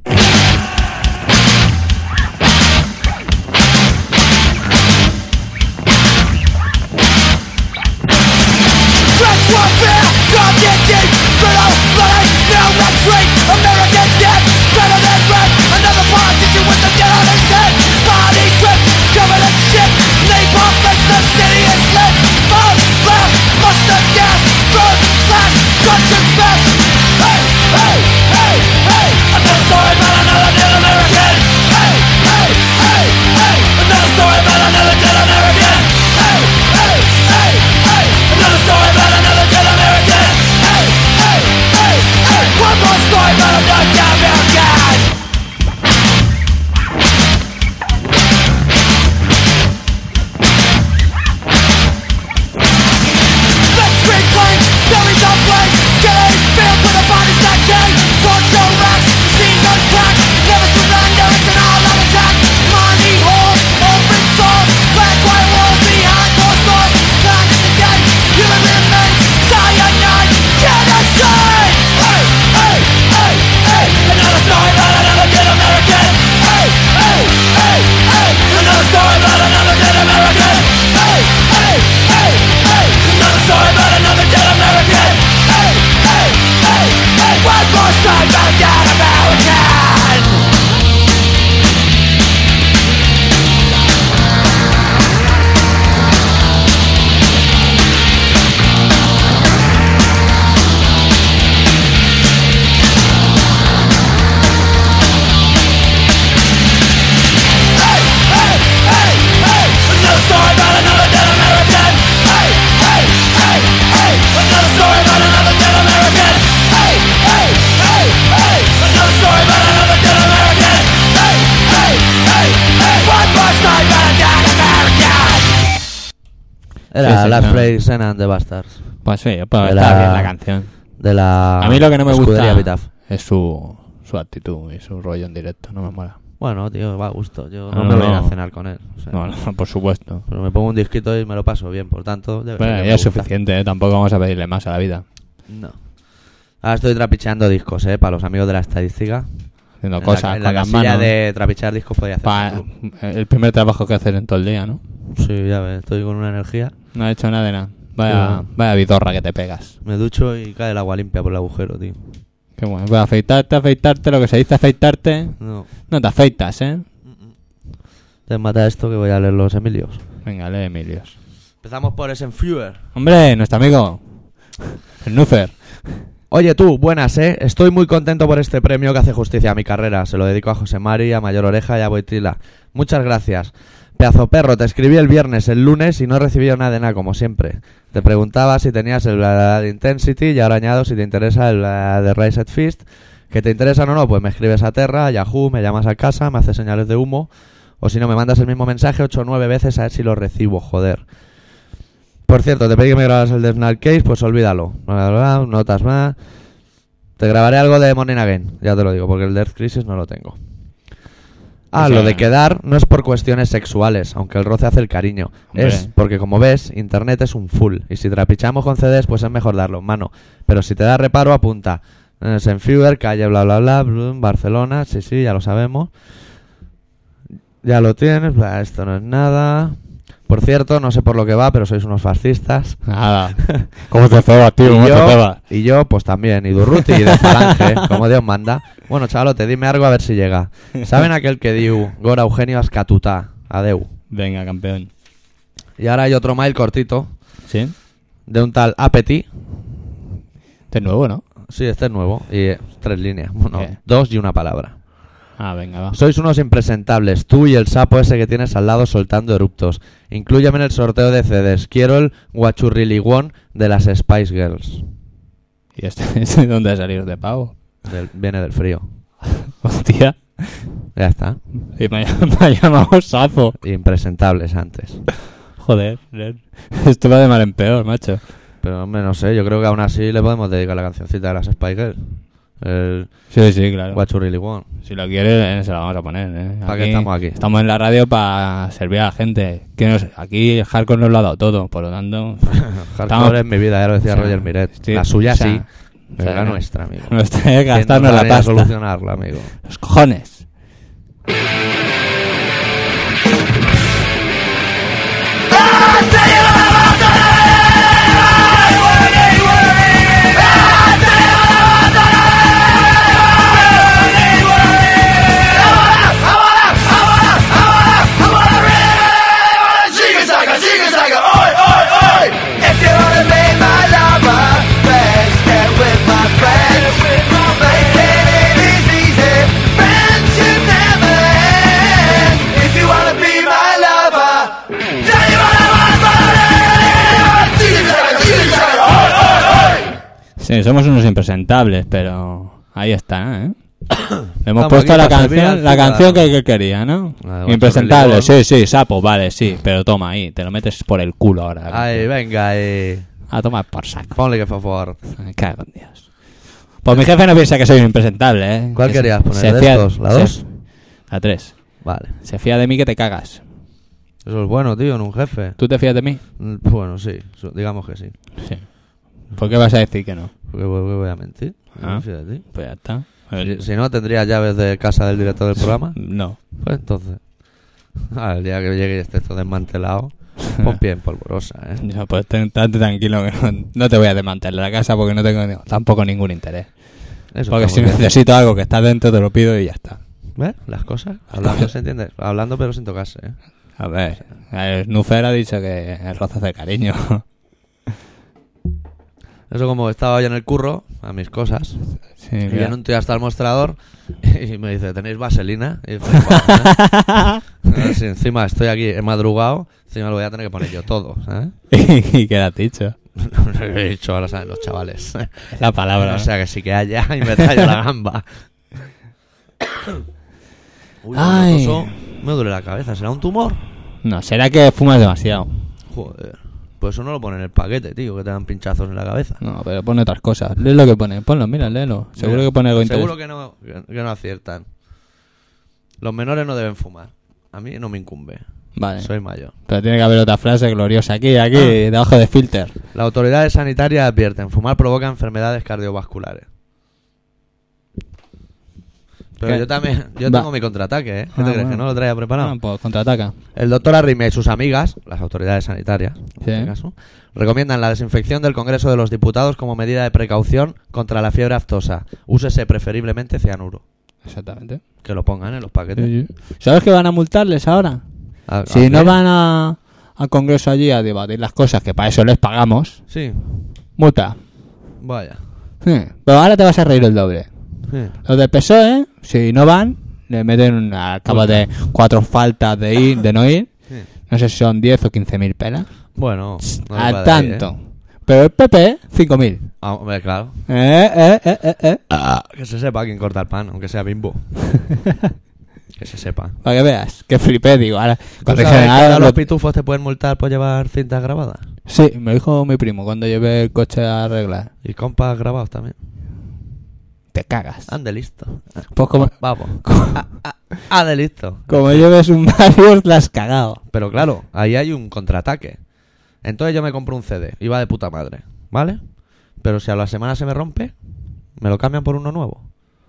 [SPEAKER 3] Sí,
[SPEAKER 1] Era
[SPEAKER 3] sí,
[SPEAKER 1] Last
[SPEAKER 3] no.
[SPEAKER 1] Break Sen and the Bastards.
[SPEAKER 3] Pues sí, pues
[SPEAKER 1] Era-
[SPEAKER 3] está bien la canción.
[SPEAKER 1] De la.
[SPEAKER 3] A mí lo que no me
[SPEAKER 1] escudería
[SPEAKER 3] gusta
[SPEAKER 1] Epitaph.
[SPEAKER 3] es su, su actitud y su rollo en directo. No me mola.
[SPEAKER 1] Bueno, tío, va a gusto. Yo
[SPEAKER 3] No,
[SPEAKER 1] no, me voy a ir
[SPEAKER 3] no.
[SPEAKER 1] a cenar con él. o sea,
[SPEAKER 3] No, no, por supuesto.
[SPEAKER 1] Pero me pongo un disquito y me lo paso bien, por tanto. debe ser
[SPEAKER 3] Bueno,
[SPEAKER 1] que
[SPEAKER 3] ya
[SPEAKER 1] me
[SPEAKER 3] es
[SPEAKER 1] gusta.
[SPEAKER 3] suficiente, ¿eh? tampoco vamos a pedirle más a la vida.
[SPEAKER 1] No. Ahora estoy trapicheando discos, eh, para los amigos de la estadística.
[SPEAKER 3] Haciendo
[SPEAKER 1] En
[SPEAKER 3] cosas
[SPEAKER 1] la, en
[SPEAKER 3] con
[SPEAKER 1] la
[SPEAKER 3] las
[SPEAKER 1] casilla
[SPEAKER 3] manos.
[SPEAKER 1] de trapichear discos podía hacer.
[SPEAKER 3] Pa- el primer trabajo que hacer en todo el día, ¿no?
[SPEAKER 1] Sí, ya ves, estoy con una energía.
[SPEAKER 3] No has hecho nada de nada. Vaya,
[SPEAKER 1] Sí.
[SPEAKER 3] vaya vidorra que te pegas.
[SPEAKER 1] Me ducho y cae el agua limpia por el agujero, tío.
[SPEAKER 3] Qué bueno. Pues afeitarte, afeitarte, lo que se dice afeitarte.
[SPEAKER 1] No.
[SPEAKER 3] No te afeitas, ¿eh?
[SPEAKER 1] Te mata esto que voy a leer los Emilios.
[SPEAKER 3] Venga, lee Emilios.
[SPEAKER 1] Empezamos por Esenfewer.
[SPEAKER 3] Hombre, nuestro amigo. El Nufer.
[SPEAKER 1] Oye tú, buenas, ¿eh? Estoy muy contento por este premio que hace justicia a mi carrera. Se lo dedico a José Mari, a Mayor Oreja y a Boitila. Muchas gracias. Pedazo perro, te escribí el viernes, el lunes y no he recibido nada de nada, como siempre. Te preguntaba si tenías el bla, bla, bla de Intensity y ahora añado si te interesa el bla, bla de Rise at Fist. Que te interesa o no, pues me escribes a Terra, a Yahoo, me llamas a casa, me haces señales de humo. O si no, me mandas el mismo mensaje 8 o 9 veces a ver si lo recibo, joder. Por cierto, te pedí que me grabaras el Death Knell Case, pues olvídalo. Bla, bla, bla, notas más. Te grabaré algo de Morning Again, ya te lo digo, porque el Death Crisis no lo tengo. Ah,
[SPEAKER 3] O sea-
[SPEAKER 1] lo de quedar no es por cuestiones sexuales, aunque el roce hace el cariño.
[SPEAKER 3] Hombre.
[SPEAKER 1] Es porque, como ves, internet es un full. Y si trapichamos con CDs, pues es mejor darlo en mano. Pero si te da reparo, apunta. Eh, Senfewer, calle bla bla bla, blum, Barcelona, sí, sí, ya lo sabemos. Ya lo tienes, bla, esto no es nada. Por cierto, no sé por lo que va, pero sois unos fascistas.
[SPEAKER 3] Nada. ¿Cómo te cebas, tío? ¿Cómo
[SPEAKER 1] Y
[SPEAKER 3] te
[SPEAKER 1] yo,
[SPEAKER 3] cebas?
[SPEAKER 1] y yo, pues también, y Durruti y de Falange, como Dios manda. Bueno, chavalote, dime algo a ver si llega. ¿Saben aquel que diu Gora Eugenio Ascatutá? Adeu.
[SPEAKER 3] Venga, campeón.
[SPEAKER 1] Y ahora hay otro mail cortito
[SPEAKER 3] ¿Sí?
[SPEAKER 1] de un tal Apeti.
[SPEAKER 3] Este es nuevo, ¿no?
[SPEAKER 1] Sí, este es nuevo. Y eh, tres líneas. Bueno,
[SPEAKER 3] Eh.
[SPEAKER 1] dos y una palabra.
[SPEAKER 3] Ah, venga, va.
[SPEAKER 1] Sois unos impresentables, tú y el sapo ese que tienes al lado soltando eruptos. Inclúyame en el sorteo de CDs. Quiero el guachurriliguón de las Spice Girls.
[SPEAKER 3] ¿Y este, este dónde ha salido de pavo?
[SPEAKER 1] Del- viene del frío.
[SPEAKER 3] Hostia.
[SPEAKER 1] Ya está.
[SPEAKER 3] Y me, ha- me ha llamado sapo.
[SPEAKER 1] Impresentables antes.
[SPEAKER 3] Joder, Ner. esto va de mal en peor, macho.
[SPEAKER 1] Pero hombre, no sé, yo creo que aún así le podemos dedicar la cancioncita de las Spice Girls. El
[SPEAKER 3] Sí, sí, claro.
[SPEAKER 1] guachurriliguón.
[SPEAKER 3] Si lo quieres, eh, se la vamos a poner. ¿eh?
[SPEAKER 1] ¿Para qué estamos aquí?
[SPEAKER 3] Estamos en la radio para servir a la gente. Que nos- aquí el hardcore nos lo ha dado todo, por lo tanto.
[SPEAKER 1] Hardcore es mi vida, ya lo decía
[SPEAKER 3] o sea,
[SPEAKER 1] Roger Miret.
[SPEAKER 3] estoy-
[SPEAKER 1] la suya
[SPEAKER 3] o sea,
[SPEAKER 1] sí, pero
[SPEAKER 3] sea,
[SPEAKER 1] la
[SPEAKER 3] no-
[SPEAKER 1] nuestra, amigo.
[SPEAKER 3] Nos tiene que
[SPEAKER 1] Que no
[SPEAKER 3] gastarnos la
[SPEAKER 1] sabe
[SPEAKER 3] pasta.
[SPEAKER 1] solucionarla, amigo.
[SPEAKER 3] Los cojones.
[SPEAKER 6] Chica saga, chica saga, oi, oi, oi. If you wanna make my lover, friends, get with my friends. Making it is easy, friendship never ends. If you wanna be my lover, tell you what I want, but I don't Chica saga, chica saga, oi, oi, oi.
[SPEAKER 3] Sí, somos unos impresentables, pero ahí está, ¿eh? Le hemos
[SPEAKER 1] Estamos
[SPEAKER 3] puesto
[SPEAKER 1] aquí
[SPEAKER 3] la
[SPEAKER 1] para servir
[SPEAKER 3] canción,
[SPEAKER 1] al
[SPEAKER 3] la canción que,
[SPEAKER 1] ciudadano. Ah,
[SPEAKER 3] que quería, ¿no?
[SPEAKER 1] La de Guachorro
[SPEAKER 3] Impresentable,
[SPEAKER 1] Limón.
[SPEAKER 3] sí, sí, sapo, vale, sí, pero toma ahí, te lo metes por el culo ahora. la
[SPEAKER 1] Ay,
[SPEAKER 3] canción.
[SPEAKER 1] venga, eh.
[SPEAKER 3] A tomar por saco.
[SPEAKER 1] Ponle que fue favor.
[SPEAKER 3] Me cago en Dios. Pues mi jefe no piensa que soy un impresentable, ¿eh?
[SPEAKER 1] ¿Cuál
[SPEAKER 3] Que se-
[SPEAKER 1] querías poner?
[SPEAKER 3] se
[SPEAKER 1] ¿De
[SPEAKER 3] fía-
[SPEAKER 1] estos? ¿La
[SPEAKER 3] se-
[SPEAKER 1] dos?
[SPEAKER 3] La tres.
[SPEAKER 1] Vale.
[SPEAKER 3] Se fía de mí que te cagas.
[SPEAKER 1] Eso es bueno, tío, en un jefe.
[SPEAKER 3] ¿Tú te fías de mí?
[SPEAKER 1] Mm, Bueno, sí, su- digamos que sí.
[SPEAKER 3] Sí. ¿Por qué vas a decir que no?
[SPEAKER 1] Porque voy, voy a mentir. Yo
[SPEAKER 3] Ah.
[SPEAKER 1] me fío de ti.
[SPEAKER 3] Pues ya está. A ver,
[SPEAKER 1] Si, si no, tendría llaves de casa del director del programa.
[SPEAKER 3] No.
[SPEAKER 1] Pues entonces. Al día que llegue y esté todo desmantelado, pon pie en polvorosa, ¿eh?
[SPEAKER 3] No, pues ten- estate tranquilo que no, no te voy a desmantelar la casa porque no tengo ni- tampoco ningún interés.
[SPEAKER 1] Eso
[SPEAKER 3] porque
[SPEAKER 1] está
[SPEAKER 3] si
[SPEAKER 1] muy bien.
[SPEAKER 3] necesito algo que está dentro te lo pido y ya está.
[SPEAKER 1] ¿Ves? Las cosas. Hablando, ¿se entiende? Hablando pero sin tocarse, ¿eh?
[SPEAKER 3] A ver, el Snuffer ha dicho que el roce hace cariño.
[SPEAKER 1] Eso como estaba yo en el curro, a mis cosas,
[SPEAKER 3] Sí,
[SPEAKER 1] y
[SPEAKER 3] mira.
[SPEAKER 1] viene un tío hasta el mostrador y me dice, ¿tenéis vaselina? Y dice, "Bueno, ¿eh?". Si encima estoy aquí, he madrugado, encima lo voy a tener que poner yo todo, ¿eh? ¿sabes?
[SPEAKER 3] ¿Y qué le has dicho?
[SPEAKER 1] he dicho, ahora saben los chavales.
[SPEAKER 3] Es la palabra.
[SPEAKER 1] o
[SPEAKER 3] ¿no?
[SPEAKER 1] sea que sí que haya y me tallo la gamba. Uy,
[SPEAKER 3] Ay.
[SPEAKER 1] me tosó. me duele la cabeza, ¿será un tumor?
[SPEAKER 3] No, será que fumas demasiado.
[SPEAKER 1] Joder. Pues eso no lo ponen en el paquete, tío, que te dan pinchazos en la cabeza.
[SPEAKER 3] No, pero pone otras cosas. Lee lo que pone. Ponlo, mira, léelo. Seguro
[SPEAKER 1] Mira, pues
[SPEAKER 3] que pone algo
[SPEAKER 1] Seguro
[SPEAKER 3] interesante.
[SPEAKER 1] que no, que no aciertan. Los menores no deben fumar. A mí no me incumbe.
[SPEAKER 3] Vale.
[SPEAKER 1] Soy mayor.
[SPEAKER 3] Pero tiene que haber otra frase gloriosa aquí, aquí, debajo de filter.
[SPEAKER 1] Las autoridades sanitarias advierten, fumar provoca enfermedades cardiovasculares. Pero
[SPEAKER 3] ¿Qué?
[SPEAKER 1] yo también, yo
[SPEAKER 3] Eh. Va.
[SPEAKER 1] tengo mi contraataque, ¿eh? ¿Qué te
[SPEAKER 3] Ah,
[SPEAKER 1] crees?
[SPEAKER 3] bueno.
[SPEAKER 1] ¿Que no lo traía preparado?
[SPEAKER 3] Ah, pues contraataca.
[SPEAKER 1] El doctor Arrime y sus amigas, las autoridades sanitarias, en
[SPEAKER 3] Sí.
[SPEAKER 1] este caso, recomiendan la desinfección del Congreso de los Diputados como medida de precaución contra la fiebre aftosa. Úsese preferiblemente cianuro.
[SPEAKER 3] Exactamente.
[SPEAKER 1] Que lo pongan en los paquetes. Ah,
[SPEAKER 3] Sí, sí. ¿Sabes que van a multarles ahora?
[SPEAKER 1] A-
[SPEAKER 3] Si
[SPEAKER 1] a-
[SPEAKER 3] no van a, al Congreso allí a debatir las cosas, que para eso les pagamos,
[SPEAKER 1] Sí,
[SPEAKER 3] multa.
[SPEAKER 1] vaya.
[SPEAKER 3] Sí. Pero ahora te vas a reír el doble.
[SPEAKER 1] Sí.
[SPEAKER 3] Los del PSOE, E, si no van, le meten una capa de cuatro faltas de ir, de no ir.
[SPEAKER 1] Sí.
[SPEAKER 3] No sé si son 10 o 15 mil pelas.
[SPEAKER 1] Bueno, no le va
[SPEAKER 3] Al
[SPEAKER 1] de ahí, ¿eh?
[SPEAKER 3] tanto. Pero el PP, 5 mil.
[SPEAKER 1] Ah, hombre, claro.
[SPEAKER 3] Eh, eh, eh, eh, eh.
[SPEAKER 1] Que se sepa quién corta el pan, aunque sea bimbo. que se sepa.
[SPEAKER 3] Para que veas, que flipé, digo. Ahora,
[SPEAKER 1] ¿Tú
[SPEAKER 3] cuando
[SPEAKER 1] sabes
[SPEAKER 3] dijeron,
[SPEAKER 1] que
[SPEAKER 3] ahora
[SPEAKER 1] ahora los
[SPEAKER 3] lo-
[SPEAKER 1] pitufos te pueden multar por llevar cintas grabadas?
[SPEAKER 3] Sí, me dijo mi primo cuando llevé el coche a arreglar.
[SPEAKER 1] Y compas grabados también.
[SPEAKER 3] Te cagas.
[SPEAKER 1] Ande listo.
[SPEAKER 3] Pues como,
[SPEAKER 1] Vamos. Ah,
[SPEAKER 3] como,
[SPEAKER 1] Ande listo.
[SPEAKER 3] como lleves un Mario, la has cagado.
[SPEAKER 1] Pero claro, ahí hay un contraataque. Entonces yo me compro un CD, iba de puta madre, ¿vale? Pero si a la semana se me rompe, me lo cambian por uno nuevo.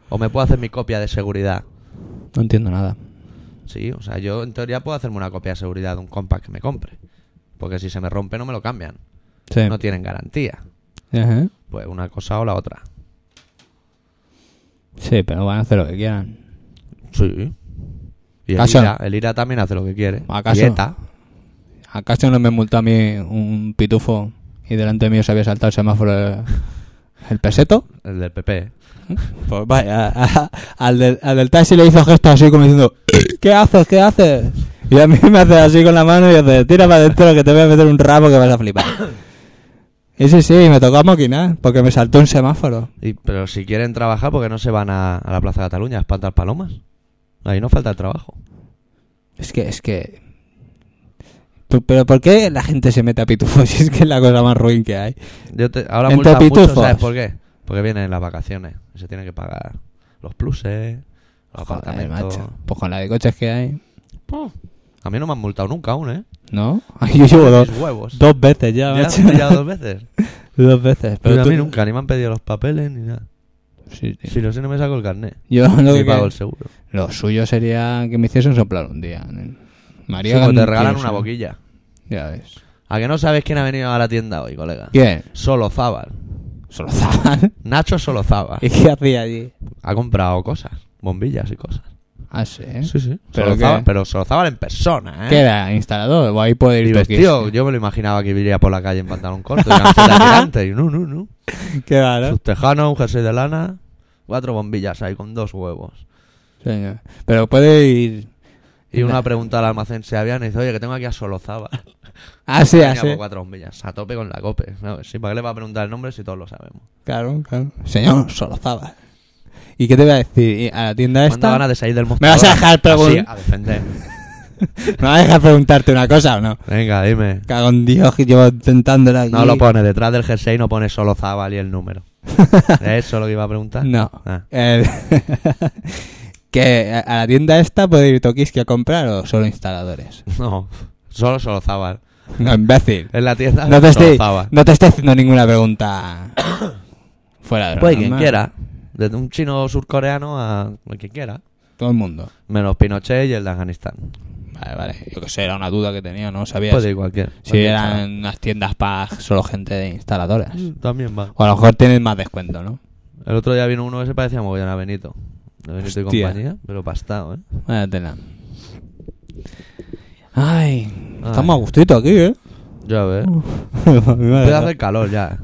[SPEAKER 1] O me puedo hacer mi copia de seguridad.
[SPEAKER 3] No entiendo nada.
[SPEAKER 1] Sí, o sea, yo en teoría puedo hacerme una copia de seguridad de un compact que me compre. Porque si se me rompe no me lo cambian.
[SPEAKER 3] Sí.
[SPEAKER 1] No tienen garantía.
[SPEAKER 3] Ajá.
[SPEAKER 1] Pues una cosa o la otra.
[SPEAKER 3] Sí, pero van a hacer lo que quieran.
[SPEAKER 1] Sí. Y el
[SPEAKER 3] ¿Acaso?
[SPEAKER 1] IRA, el IRA también hace lo que quiere.
[SPEAKER 3] ¿Acaso?
[SPEAKER 1] Y ETA.
[SPEAKER 3] ¿Acaso no me multó a mí un pitufo y delante mío se había saltado el semáforo el, el peseto?
[SPEAKER 1] el del PP.
[SPEAKER 3] Pues vaya, a- a- al, del, al del taxi le hizo gestos así como diciendo, ¿qué haces? ¿Qué haces? Y a mí me hace así con la mano y hace, tira para adentro que te voy a meter un rabo que vas a flipar. Y sí, sí, me tocó moquinar porque me saltó un semáforo.
[SPEAKER 1] Y- pero si quieren trabajar, porque no se van a, a la Plaza de Cataluña a espantar palomas? Ahí no falta el trabajo.
[SPEAKER 3] Es que, es que... Tú- Pero ¿por qué la gente se mete a pitufos si es que es la cosa más ruin que hay?
[SPEAKER 1] Yo te- ahora
[SPEAKER 3] Entre
[SPEAKER 1] multan mucho,
[SPEAKER 3] pitufos.
[SPEAKER 1] ¿sabes por qué? Porque vienen las vacaciones. y Se tienen que pagar los pluses, los
[SPEAKER 3] Joder,
[SPEAKER 1] apartamentos.
[SPEAKER 3] macho. Pues con la de coches que hay,
[SPEAKER 1] A mí no me han multado nunca aún, ¿eh?
[SPEAKER 3] ¿no? Yo llevo dos,
[SPEAKER 1] Mis huevos.
[SPEAKER 3] dos veces ya,
[SPEAKER 1] Ya,
[SPEAKER 3] macho.
[SPEAKER 1] ya dos veces.
[SPEAKER 3] Dos veces. Pero
[SPEAKER 1] Pero a
[SPEAKER 3] tú-
[SPEAKER 1] mí nunca, ni me han pedido los papeles ni nada.
[SPEAKER 3] Sí, tío.
[SPEAKER 1] Si no sé, no me saco el carnet.
[SPEAKER 3] Yo lo
[SPEAKER 1] Ni
[SPEAKER 3] que...
[SPEAKER 1] pago el seguro.
[SPEAKER 3] Lo suyo sería que me hiciesen soplar un día. María,
[SPEAKER 1] Sí, pues te
[SPEAKER 3] Gandier,
[SPEAKER 1] regalan
[SPEAKER 3] sí.
[SPEAKER 1] una boquilla.
[SPEAKER 3] Ya ves.
[SPEAKER 1] ¿A que no sabes quién ha venido a la tienda hoy, colega?
[SPEAKER 3] ¿Quién?
[SPEAKER 1] Solo Zabar.
[SPEAKER 3] Solo Zaban.
[SPEAKER 1] Nacho Solo Zabar.
[SPEAKER 3] ¿Y qué hacía allí?
[SPEAKER 1] Ha comprado cosas, bombillas y cosas.
[SPEAKER 3] Ah, sí.
[SPEAKER 1] Sí, sí.
[SPEAKER 3] ¿Pero
[SPEAKER 1] Pero,
[SPEAKER 3] qué?
[SPEAKER 1] Solozábal, pero Solozábal en persona, ¿eh?
[SPEAKER 3] ¿Qué era? ¿Instalador? O ahí puede
[SPEAKER 1] Y
[SPEAKER 3] ir
[SPEAKER 1] vestido, yo me lo imaginaba que iría por la calle en pantalón corto, y camiseta tirante, y no, no, no.
[SPEAKER 3] Qué raro.
[SPEAKER 1] Sus tejanos, un jersey de lana, cuatro bombillas ahí con dos huevos.
[SPEAKER 3] Señor. Pero puede ir.
[SPEAKER 1] Y
[SPEAKER 3] Nah.
[SPEAKER 1] una pregunta al almacén seaviano y dice, oye, que tengo aquí a Solozaba.
[SPEAKER 3] Ah, sí, ah, sí.
[SPEAKER 1] cuatro bombillas, a tope con la cope. ¿sabes? Sí, ¿para qué le va a preguntar el nombre si todos lo sabemos?
[SPEAKER 3] Claro, claro. Señor, solo Zaban. ¿Y qué te voy a decir? ¿Y ¿A la tienda
[SPEAKER 1] ¿Cuándo
[SPEAKER 3] esta?
[SPEAKER 1] ganas de salir del
[SPEAKER 3] ¿Me vas a dejar
[SPEAKER 1] preguntar?
[SPEAKER 3] pregun-
[SPEAKER 1] a defender.
[SPEAKER 3] ¿Me vas a dejar preguntarte una cosa o no?
[SPEAKER 1] Venga, dime.
[SPEAKER 3] Cago en Dios, que llevo intentándola aquí.
[SPEAKER 1] No lo pone, detrás del jersey no pone solo Zabal y el número. ¿Eso es lo que iba a preguntar?
[SPEAKER 3] No.
[SPEAKER 1] Ah.
[SPEAKER 3] El- que a- a la tienda esta puede ir Tokiski a comprar o solo instaladores.
[SPEAKER 1] No, solo solo Zabal.
[SPEAKER 3] No, imbécil.
[SPEAKER 1] En la tienda
[SPEAKER 3] No te estoy,
[SPEAKER 1] Solozaba.
[SPEAKER 3] no te estoy haciendo ninguna pregunta fuera de lo
[SPEAKER 1] Puede quien
[SPEAKER 3] normal.
[SPEAKER 1] quiera. Desde un chino surcoreano a quien quiera.
[SPEAKER 3] Todo el mundo.
[SPEAKER 1] Menos Pinochet y el de Afganistán.
[SPEAKER 3] Vale, vale. Yo que sé, era una duda que tenía, no sabía
[SPEAKER 1] Puede
[SPEAKER 3] si,
[SPEAKER 1] ir cualquier.
[SPEAKER 3] si
[SPEAKER 1] cualquier
[SPEAKER 3] eran unas tiendas para solo gente de instaladoras.
[SPEAKER 1] chaval. Mm, También va.
[SPEAKER 3] O a lo mejor tienen más descuento, ¿no?
[SPEAKER 1] El otro día vino uno que se parecía mogollón a Benito. De Benito y
[SPEAKER 3] Hostia.
[SPEAKER 1] compañía, pero pastado, ¿eh?
[SPEAKER 3] Vaya tela. Ay, estamos
[SPEAKER 1] Ay.
[SPEAKER 3] a gustito aquí, ¿eh?
[SPEAKER 1] Ya ves. Empieza a
[SPEAKER 3] Madre
[SPEAKER 1] hacer calor ya.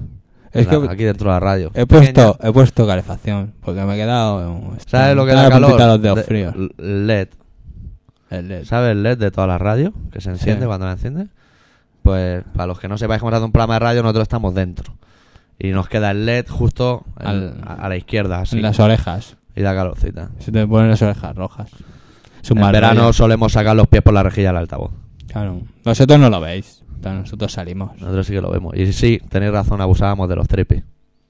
[SPEAKER 3] Es
[SPEAKER 1] En la-
[SPEAKER 3] que-
[SPEAKER 1] aquí dentro de la radio.
[SPEAKER 3] He
[SPEAKER 1] Pequeña.
[SPEAKER 3] puesto, he puesto calefacción porque me he quedado.
[SPEAKER 1] ¿Sabes lo que
[SPEAKER 3] tengo
[SPEAKER 1] da
[SPEAKER 3] la puntita
[SPEAKER 1] calor?
[SPEAKER 3] de los dedos
[SPEAKER 1] De-
[SPEAKER 3] fríos.
[SPEAKER 1] l- E LED.
[SPEAKER 3] El LED.
[SPEAKER 1] ¿Sabes el LED de todas las radios? Que se enciende
[SPEAKER 3] Sí.
[SPEAKER 1] cuando la enciende. Pues para los que no sepáis cómo se hace un programa de radio, nosotros estamos dentro. Y nos queda el LED justo en-
[SPEAKER 3] Al-
[SPEAKER 1] a, a la izquierda, así.
[SPEAKER 3] En las orejas.
[SPEAKER 1] Y da calorcita.
[SPEAKER 3] Se te ponen las orejas rojas. Es un
[SPEAKER 1] En
[SPEAKER 3] mal
[SPEAKER 1] verano
[SPEAKER 3] rollo.
[SPEAKER 1] solemos sacar los pies por la rejilla del altavoz.
[SPEAKER 3] Claro. Vosotros no lo veis. Pero nosotros salimos.
[SPEAKER 1] Nosotros sí que lo vemos. Y sí, tenéis razón, abusábamos de los trepes.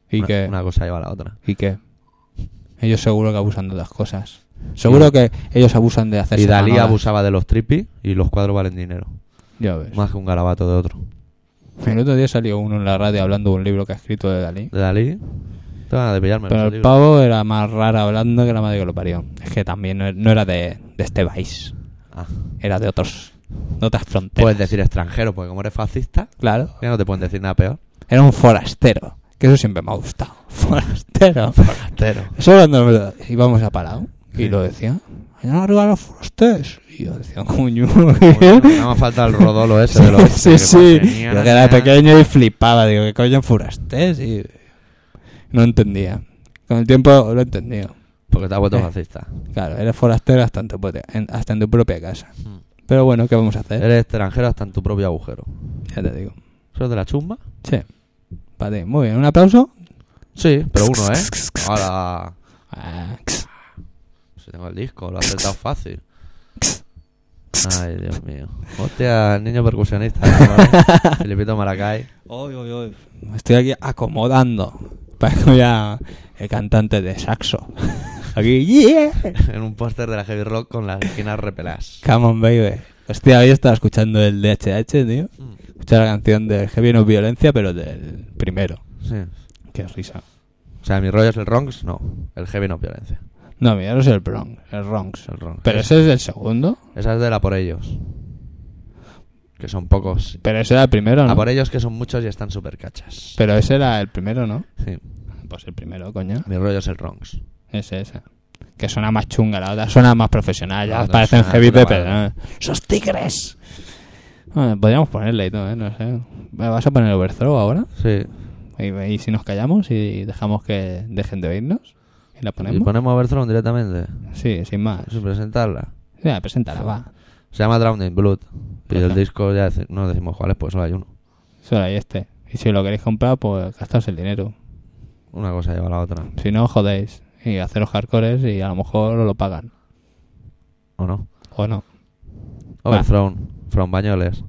[SPEAKER 3] ¿Y
[SPEAKER 1] una,
[SPEAKER 3] que
[SPEAKER 1] una cosa lleva a la otra.
[SPEAKER 3] ¿Y qué? Ellos seguro que abusan de otras cosas. Seguro que ellos abusan de hacer
[SPEAKER 1] Y Dalí abusaba de los tripis y los cuadros valen dinero.
[SPEAKER 3] Ya ves.
[SPEAKER 1] Más que un garabato de otro.
[SPEAKER 3] El otro día salió uno en la radio hablando de un libro que ha escrito de Dalí.
[SPEAKER 1] ¿De Dalí? Te van a depillarme.
[SPEAKER 3] Pero el pavo era más raro hablando que la madre que lo parió. Es que también no, no era de, de este país. Era de otros. De otras fronteras.
[SPEAKER 1] Ah. Puedes decir extranjero, porque como eres fascista,
[SPEAKER 3] Claro.
[SPEAKER 1] ya no te pueden decir nada peor.
[SPEAKER 3] Era un forastero. Que eso siempre me ha gustado. Forastero.
[SPEAKER 1] Forastero.
[SPEAKER 3] Eso era cuando me lo- íbamos a Palau. Y lo decía. Mañana arriba los forasteros. Y yo decía, coño.
[SPEAKER 1] Bueno, nada más falta el rodolo ese de los.
[SPEAKER 3] sí, sí. Yo que era pequeño y flipaba. Digo, ¿qué coño forastés? Y no entendía. Con el tiempo lo he entendido.
[SPEAKER 1] Porque te has vuelto
[SPEAKER 3] Eh.
[SPEAKER 1] fascista.
[SPEAKER 3] Claro, eres forastero hasta en tu, propia- en- hasta en tu propia casa. Pero bueno, ¿qué vamos a hacer?
[SPEAKER 1] Mm. Eres extranjero hasta en tu propio agujero.
[SPEAKER 3] Ya te digo.
[SPEAKER 1] ¿Eso es de la chumba?
[SPEAKER 3] Sí. Para ti. Muy bien, un aplauso.
[SPEAKER 1] Sí, pero uno, ¿eh? Ahora.
[SPEAKER 3] Ah,
[SPEAKER 1] Si tengo el disco, lo he acertado fácil. Ay, Dios mío. Hostia, el niño percusionista. ¿no? Filipito Maracay.
[SPEAKER 3] Me estoy aquí acomodando. Parezco ya el cantante de saxo. Aquí, yeah.
[SPEAKER 1] En un póster de la Heavy Rock con las esquinas repeladas.
[SPEAKER 3] Come on, baby. Hostia, hoy estaba escuchando el DHH, tío.
[SPEAKER 1] Mm.
[SPEAKER 3] Escuchaba la canción del Heavy No Violencia, pero del primero.
[SPEAKER 1] Sí.
[SPEAKER 3] Qué risa.
[SPEAKER 1] O sea, mi rollo es el Ronks, no. El Heavy no violencia.
[SPEAKER 3] No, mira, no es el Bronx, el Ronx.
[SPEAKER 1] El Ronks.
[SPEAKER 3] Pero ese es el segundo.
[SPEAKER 1] Esa es de la por ellos. Que son pocos.
[SPEAKER 3] Pero ese era el primero,
[SPEAKER 1] La
[SPEAKER 3] ¿no?
[SPEAKER 1] Ah, por ellos que son muchos y están súper cachas.
[SPEAKER 3] Pero ese era el primero, ¿no?
[SPEAKER 1] Sí.
[SPEAKER 3] Pues el primero, coño.
[SPEAKER 1] Mi rollo es el Ronks.
[SPEAKER 3] Ese, ese. Que suena más chunga la otra, suena más profesional,
[SPEAKER 1] La
[SPEAKER 3] ya
[SPEAKER 1] otra
[SPEAKER 3] parecen
[SPEAKER 1] suena
[SPEAKER 3] heavy
[SPEAKER 1] de puta
[SPEAKER 3] pero
[SPEAKER 1] madre.
[SPEAKER 3] ¡Sos tigres! Bueno, podríamos ponerle y todo, ¿eh? No sé. ¿Me ¿Vas a poner overthrow ahora?
[SPEAKER 1] Sí.
[SPEAKER 3] ¿Y, y si nos callamos y dejamos que dejen de oírnos? ¿Y la
[SPEAKER 1] ¿Y
[SPEAKER 3] ponemos?
[SPEAKER 1] ponemos Overthrown directamente?
[SPEAKER 3] Sí, sin más.
[SPEAKER 1] Sin presentarla.
[SPEAKER 3] Ya, preséntala, va.
[SPEAKER 1] Se llama Drowning Blood. Y
[SPEAKER 3] Pues
[SPEAKER 1] el
[SPEAKER 3] no.
[SPEAKER 1] disco ya deci- no decimos cuál es, pues solo hay uno.
[SPEAKER 3] Solo hay este. Y si lo queréis comprar, pues gastaos el dinero.
[SPEAKER 1] Una cosa lleva a la otra.
[SPEAKER 3] Si no, jodéis. Y haceros hardcores y a lo mejor os lo pagan.
[SPEAKER 1] ¿O no?
[SPEAKER 3] O no.
[SPEAKER 1] Overthrown. From Bañoles.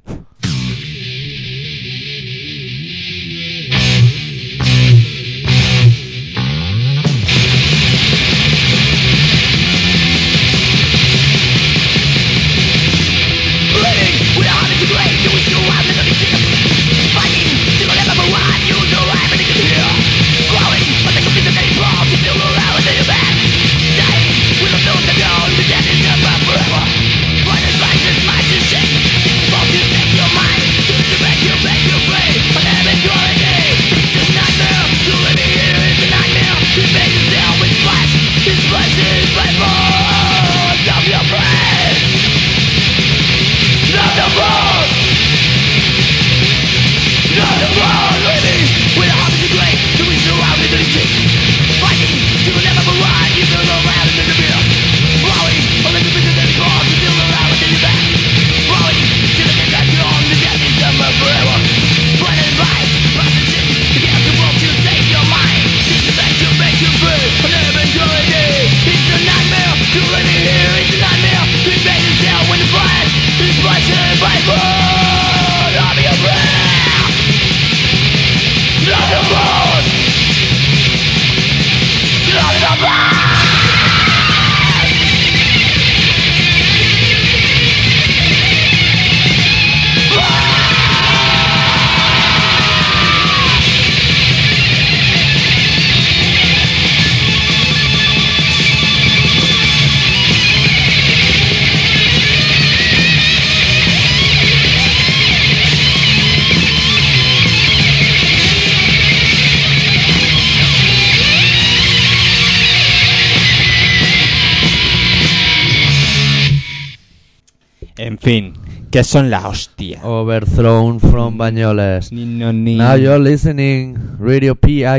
[SPEAKER 3] En fin, que son la hostia.
[SPEAKER 1] Overthrown from Bañoles.
[SPEAKER 3] Ni no ni.
[SPEAKER 1] Now you're listening Radio PICA.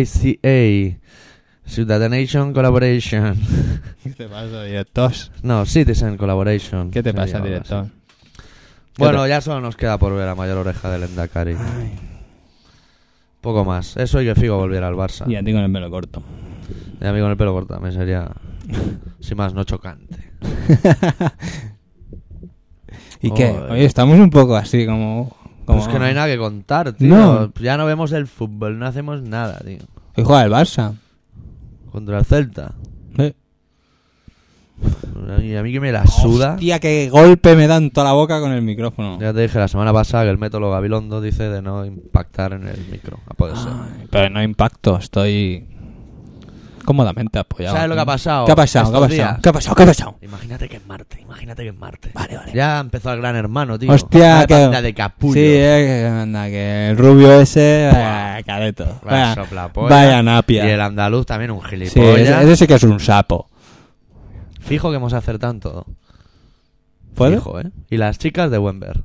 [SPEAKER 1] Ciudad Nation Collaboration.
[SPEAKER 3] ¿Qué te pasa, director?
[SPEAKER 1] No, Citizen Collaboration.
[SPEAKER 3] ¿Qué te
[SPEAKER 1] Sí,
[SPEAKER 3] pasa,
[SPEAKER 1] algo
[SPEAKER 3] director?
[SPEAKER 1] así. Bueno, ya solo nos queda por ver a mayor oreja del Endacari. Poco más. Eso y que Figo volviera al Barça.
[SPEAKER 3] Ya tengo el pelo corto.
[SPEAKER 1] Mi amigo con el pelo corto me sería, sin más, no chocante.
[SPEAKER 3] ¿Y qué?
[SPEAKER 1] Joder.
[SPEAKER 3] Oye, estamos un poco así como Como-
[SPEAKER 1] Es Pues que no hay nada que contar, tío.
[SPEAKER 3] Ah. No.
[SPEAKER 1] Ya no vemos el fútbol, no hacemos nada, tío.
[SPEAKER 3] Y juega el Barça.
[SPEAKER 1] Contra el Celta.
[SPEAKER 3] Eh.
[SPEAKER 1] Y a mí que me la suda.
[SPEAKER 3] Hostia, qué golpe me dan toda la boca con el micrófono.
[SPEAKER 1] Ya te dije la semana pasada que el método Gabilondo dice de no impactar en el micro. A poder ser.
[SPEAKER 3] Ay, pero no impacto, estoy cómodamente apoyado. ¿Eh?
[SPEAKER 1] ¿Sabes lo que ha pasado
[SPEAKER 3] ¿Qué ha pasado? ¿Qué ha
[SPEAKER 1] estos
[SPEAKER 3] pasado?
[SPEAKER 1] días?
[SPEAKER 3] ¿Qué ha pasado? ¿Qué ha pasado?
[SPEAKER 1] Imagínate que es Marte, imagínate que es Marte.
[SPEAKER 3] Vale, vale.
[SPEAKER 1] Ya empezó el gran hermano, tío.
[SPEAKER 3] Hostia,
[SPEAKER 1] Una
[SPEAKER 3] que...
[SPEAKER 1] banda de capullo.
[SPEAKER 3] Sí, eh, que anda, que el rubio ese... eh, careto.
[SPEAKER 1] Vaya
[SPEAKER 3] Vaya,
[SPEAKER 1] soplapolla.
[SPEAKER 3] vaya
[SPEAKER 1] Y
[SPEAKER 3] napia.
[SPEAKER 1] el andaluz también un
[SPEAKER 3] Sí,
[SPEAKER 1] gilipollas.
[SPEAKER 3] ese, ese sí que es un sapo.
[SPEAKER 1] Fijo que hemos acertado en todo.
[SPEAKER 3] ¿Puede?
[SPEAKER 1] Fijo, ¿eh? Y las chicas de Wember.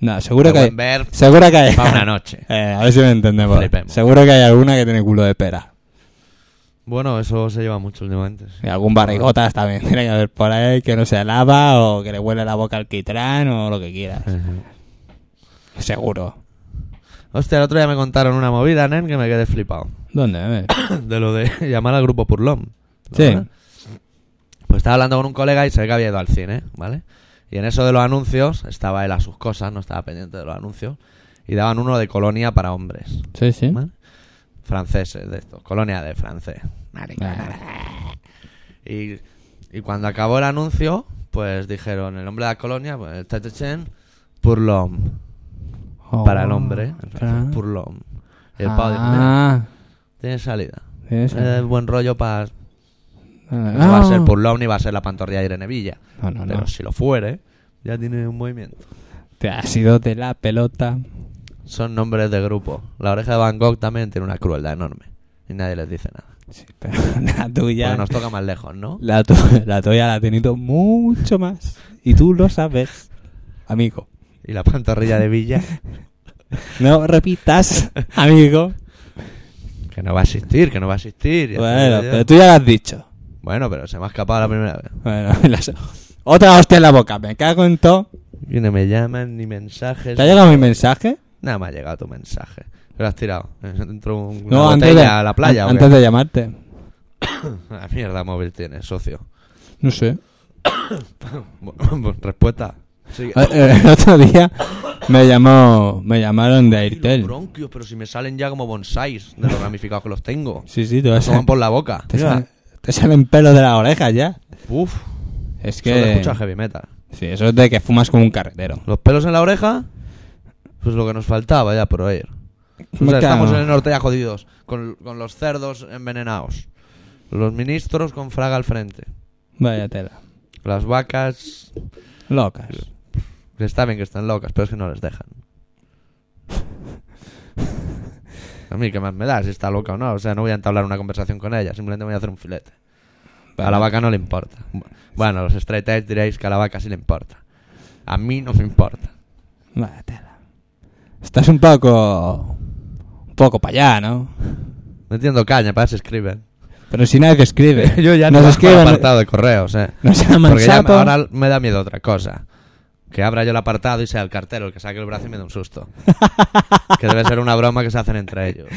[SPEAKER 3] No, seguro
[SPEAKER 1] de
[SPEAKER 3] que... hay-
[SPEAKER 1] Wember
[SPEAKER 3] Seguro que hay...
[SPEAKER 1] para una noche.
[SPEAKER 3] Eh, a ver si me entendemos.
[SPEAKER 1] Flipemos.
[SPEAKER 3] Seguro que hay alguna que tiene culo de pera.
[SPEAKER 1] Bueno, eso se lleva mucho últimamente. sí.
[SPEAKER 3] Y algún barrigotas también tiene que haber por ahí que no se lava o que le huele la boca al quitrán o lo que quieras. Seguro.
[SPEAKER 1] Hostia, el otro día me contaron una movida, nen, que me quedé flipado.
[SPEAKER 3] ¿Dónde?
[SPEAKER 1] De lo de llamar al grupo Purlón.
[SPEAKER 3] Sí.
[SPEAKER 1] Pues estaba hablando con un colega y se ve que había ido al cine, ¿vale? Y en eso de los anuncios, estaba él a sus cosas, no estaba pendiente de los anuncios. Y daban uno de colonia para hombres.
[SPEAKER 3] Sí, sí.
[SPEAKER 1] ¿vale? Franceses, de estos. Colonia de francés.
[SPEAKER 3] Ah.
[SPEAKER 1] Y, y cuando acabó el anuncio, pues dijeron el nombre de la colonia, pues Tatechen, Purlom. para el hombre. en francés, Purlom. Y el pavo dijo, "Mira,
[SPEAKER 3] Oh, Ah,
[SPEAKER 1] tiene salida.
[SPEAKER 3] eso.
[SPEAKER 1] Es buen rollo para...
[SPEAKER 3] Ah.
[SPEAKER 1] No va a ser Purlom ni va a ser la pantorrilla de Irene Villa.
[SPEAKER 3] No, no, no.
[SPEAKER 1] Pero si lo fuere, ya tiene un movimiento.
[SPEAKER 3] Te has ido de la pelota.
[SPEAKER 1] Son nombres de grupo. La oreja de Van Gogh también tiene una crueldad enorme. Y nadie les dice nada.
[SPEAKER 3] Sí, pero la tuya.
[SPEAKER 1] Porque nos toca más lejos, ¿no?
[SPEAKER 3] La, tu- la tuya la ha tenido mucho más. Y tú lo sabes, amigo.
[SPEAKER 1] Y la pantorrilla de Villa,
[SPEAKER 3] No repitas, amigo.
[SPEAKER 1] que no va a existir, que no va a existir. ya te
[SPEAKER 3] Bueno,
[SPEAKER 1] digo yo.
[SPEAKER 3] pero tú ya lo has dicho.
[SPEAKER 1] Bueno, pero se me ha escapado la primera vez.
[SPEAKER 3] Bueno, las- otra hostia en la boca. Me cago en todo.
[SPEAKER 1] Y no me llaman ni mensajes.
[SPEAKER 3] ¿Te ha llegado mi mensaje?
[SPEAKER 1] Nada, me ha llegado tu mensaje. Pero has tirado. Eh, Dentro de un- una
[SPEAKER 3] No, antes de,
[SPEAKER 1] botella a la playa.
[SPEAKER 3] an-
[SPEAKER 1] ¿o qué?
[SPEAKER 3] antes de llamarte.
[SPEAKER 1] La mierda móvil tiene, socio.
[SPEAKER 3] No sé.
[SPEAKER 1] Bueno, Respuesta. Sigue.
[SPEAKER 3] Eh, eh, El otro día me llamó, me llamaron de
[SPEAKER 1] Ay, los
[SPEAKER 3] Airtel.
[SPEAKER 1] bronquios, pero si me salen ya como bonsáis de los ramificados que los tengo.
[SPEAKER 3] Sí, sí, te,
[SPEAKER 1] Me
[SPEAKER 3] vas a-
[SPEAKER 1] toman por la boca.
[SPEAKER 3] te
[SPEAKER 1] Mira.
[SPEAKER 3] salen, te salen pelos de las orejas ya.
[SPEAKER 1] Uf,
[SPEAKER 3] Es
[SPEAKER 1] solo
[SPEAKER 3] que
[SPEAKER 1] escucha heavy metal.
[SPEAKER 3] sí, eso es de que fumas como un carretero.
[SPEAKER 1] Los pelos en la oreja, pues lo que nos faltaba ya por oír. O sea,
[SPEAKER 3] Me cago.
[SPEAKER 1] estamos en el norte ya jodidos, con, con los cerdos envenenados, los ministros con fraga al frente,
[SPEAKER 3] Vaya tela.
[SPEAKER 1] las vacas,
[SPEAKER 3] Locas.
[SPEAKER 1] que Pues está bien que están locas, pero es que no les dejan. A mí, ¿qué más me da si está loca o no? O sea, no voy a entablar una conversación con ella, simplemente voy a hacer un filete. A la vaca no le importa. Bueno, los straight edge diréis que a la vaca sí le importa. A mí no me importa.
[SPEAKER 3] Vaya tela. Estás un poco, un poco para allá, ¿no?
[SPEAKER 1] No entiendo caña, para eso escriben.
[SPEAKER 3] Pero si nadie te escribe.
[SPEAKER 1] Yo ya
[SPEAKER 3] nos
[SPEAKER 1] no escribo el
[SPEAKER 3] escriben.
[SPEAKER 1] apartado de correos, eh.
[SPEAKER 3] Nos llaman
[SPEAKER 1] Porque ya me-
[SPEAKER 3] sapo.
[SPEAKER 1] ahora me da miedo otra cosa. Que abra yo el apartado y sea el cartero el que saque el brazo y me da un susto. que debe ser una broma que se hacen entre ellos.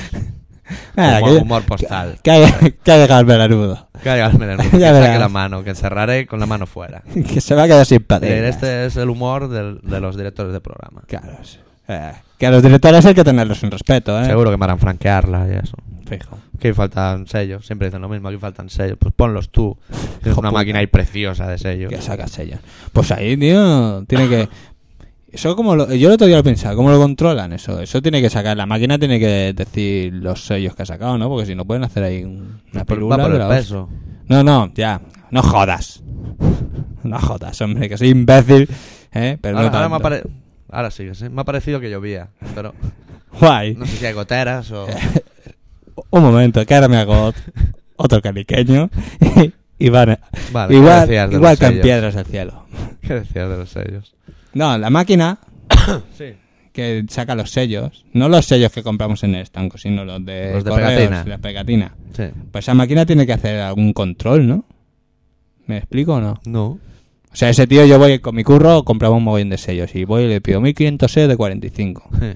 [SPEAKER 3] Ah,
[SPEAKER 1] humor,
[SPEAKER 3] que-
[SPEAKER 1] humor postal.
[SPEAKER 3] Que ha, que ha llegado el veranudo.
[SPEAKER 1] Que haga el menenudo, que
[SPEAKER 3] Ya
[SPEAKER 1] saque
[SPEAKER 3] verás.
[SPEAKER 1] la mano, que cerraré con la mano fuera.
[SPEAKER 3] Que se va a quedar sin
[SPEAKER 1] Eh,
[SPEAKER 3] patillas.
[SPEAKER 1] Este es el humor del- de los directores de programa.
[SPEAKER 3] Claro. sí. Eh, que a los directores hay que tenerlos en respeto, ¿eh?
[SPEAKER 1] Seguro que me harán franquearla y eso.
[SPEAKER 3] Fijo.
[SPEAKER 1] Que faltan sellos, siempre dicen lo mismo, aquí faltan sellos. Pues ponlos tú. Es
[SPEAKER 3] Hijo
[SPEAKER 1] una
[SPEAKER 3] puta.
[SPEAKER 1] máquina ahí preciosa de sellos.
[SPEAKER 3] Que sacas ellos. Pues ahí, tío, tiene que... Eso como lo- yo el otro día lo pensaba, ¿cómo lo controlan eso? Eso tiene que sacar, la máquina tiene que decir los sellos que ha sacado, ¿no? Porque si no pueden hacer ahí un- una
[SPEAKER 1] Por-
[SPEAKER 3] película.
[SPEAKER 1] Va por el peso.
[SPEAKER 3] No, no, ya, no jodas. No jodas, hombre, que soy imbécil, ¿eh? Pero
[SPEAKER 1] ahora,
[SPEAKER 3] no
[SPEAKER 1] ahora me ha
[SPEAKER 3] tanto.
[SPEAKER 1] pare- ahora sí, que sí. Me ha parecido que llovía, pero
[SPEAKER 3] Guay.
[SPEAKER 1] no sé si hay goteras o...
[SPEAKER 3] Un momento, que ahora me hago ot- otro caliqueño y van a-
[SPEAKER 1] Vale, ¿qué
[SPEAKER 3] igual,
[SPEAKER 1] decías de
[SPEAKER 3] igual
[SPEAKER 1] los
[SPEAKER 3] caen
[SPEAKER 1] sellos?
[SPEAKER 3] piedras al cielo.
[SPEAKER 1] ¿Qué decías de los sellos?
[SPEAKER 3] No, la máquina
[SPEAKER 1] Sí.
[SPEAKER 3] que saca los sellos, no los sellos que compramos en el estanco, sino los de,
[SPEAKER 1] Los de
[SPEAKER 3] correos,
[SPEAKER 1] pegatina.
[SPEAKER 3] la pegatina.
[SPEAKER 1] Sí.
[SPEAKER 3] Pues esa máquina tiene que hacer algún control, ¿no? ¿Me explico o no?
[SPEAKER 1] No.
[SPEAKER 3] O sea, ese E tío yo voy con mi curro, compraba un mogollón de sellos y voy y le pido 1500 sellos de 45.
[SPEAKER 1] Sí.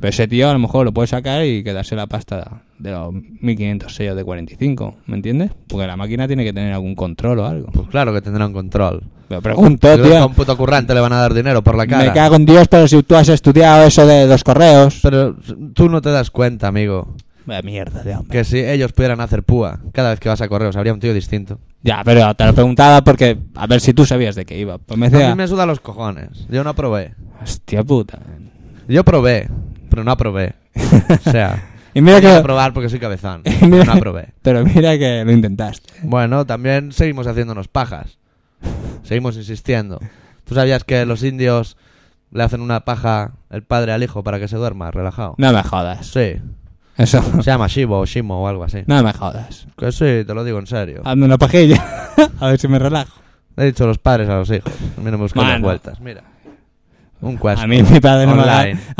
[SPEAKER 3] Pero ese tío a lo mejor lo puede sacar y quedarse la pasta de los 1500 sellos de 45, ¿me entiendes? Porque la máquina tiene que tener algún control o algo.
[SPEAKER 1] Pues claro que tendrán control.
[SPEAKER 3] Me pregunto,
[SPEAKER 1] Yo creo que a
[SPEAKER 3] Eh, tío.
[SPEAKER 1] un puto currante le van a dar dinero por la cara.
[SPEAKER 3] Me cago en Dios, pero si tú has estudiado eso de los correos.
[SPEAKER 1] Pero tú no te das cuenta, amigo,
[SPEAKER 3] Vaya mierda de hombre.
[SPEAKER 1] que si ellos pudieran hacer púa, cada vez que vas a correos habría un tío distinto.
[SPEAKER 3] Ya, pero te lo preguntaba porque a ver si tú sabías de qué iba. Pues me
[SPEAKER 1] A
[SPEAKER 3] decía,
[SPEAKER 1] mí me suda los cojones. Yo no probé.
[SPEAKER 3] hostia puta.
[SPEAKER 1] Yo probé, pero no aprobé. O sea,
[SPEAKER 3] y mira
[SPEAKER 1] voy a
[SPEAKER 3] que.
[SPEAKER 1] probar porque soy cabezón.
[SPEAKER 3] y
[SPEAKER 1] pero
[SPEAKER 3] mira-
[SPEAKER 1] no aprobé.
[SPEAKER 3] Pero mira que lo intentaste.
[SPEAKER 1] Bueno, también seguimos haciéndonos pajas. Seguimos insistiendo. ¿Tú sabías que los indios le hacen una paja el padre al hijo para que se duerma relajado?
[SPEAKER 3] No me jodas.
[SPEAKER 1] Sí.
[SPEAKER 3] Eso.
[SPEAKER 1] Se llama Shivo o Shimo o algo así.
[SPEAKER 3] No me jodas.
[SPEAKER 1] Que sí, te lo digo en serio.
[SPEAKER 3] Hazme una pajilla. a ver si me relajo.
[SPEAKER 1] He dicho los padres a los hijos. A mí no me buscan las
[SPEAKER 3] Mano.
[SPEAKER 1] vueltas. Mira. Un cuasco.
[SPEAKER 3] A mí mi padre no me agarra.
[SPEAKER 1] Online.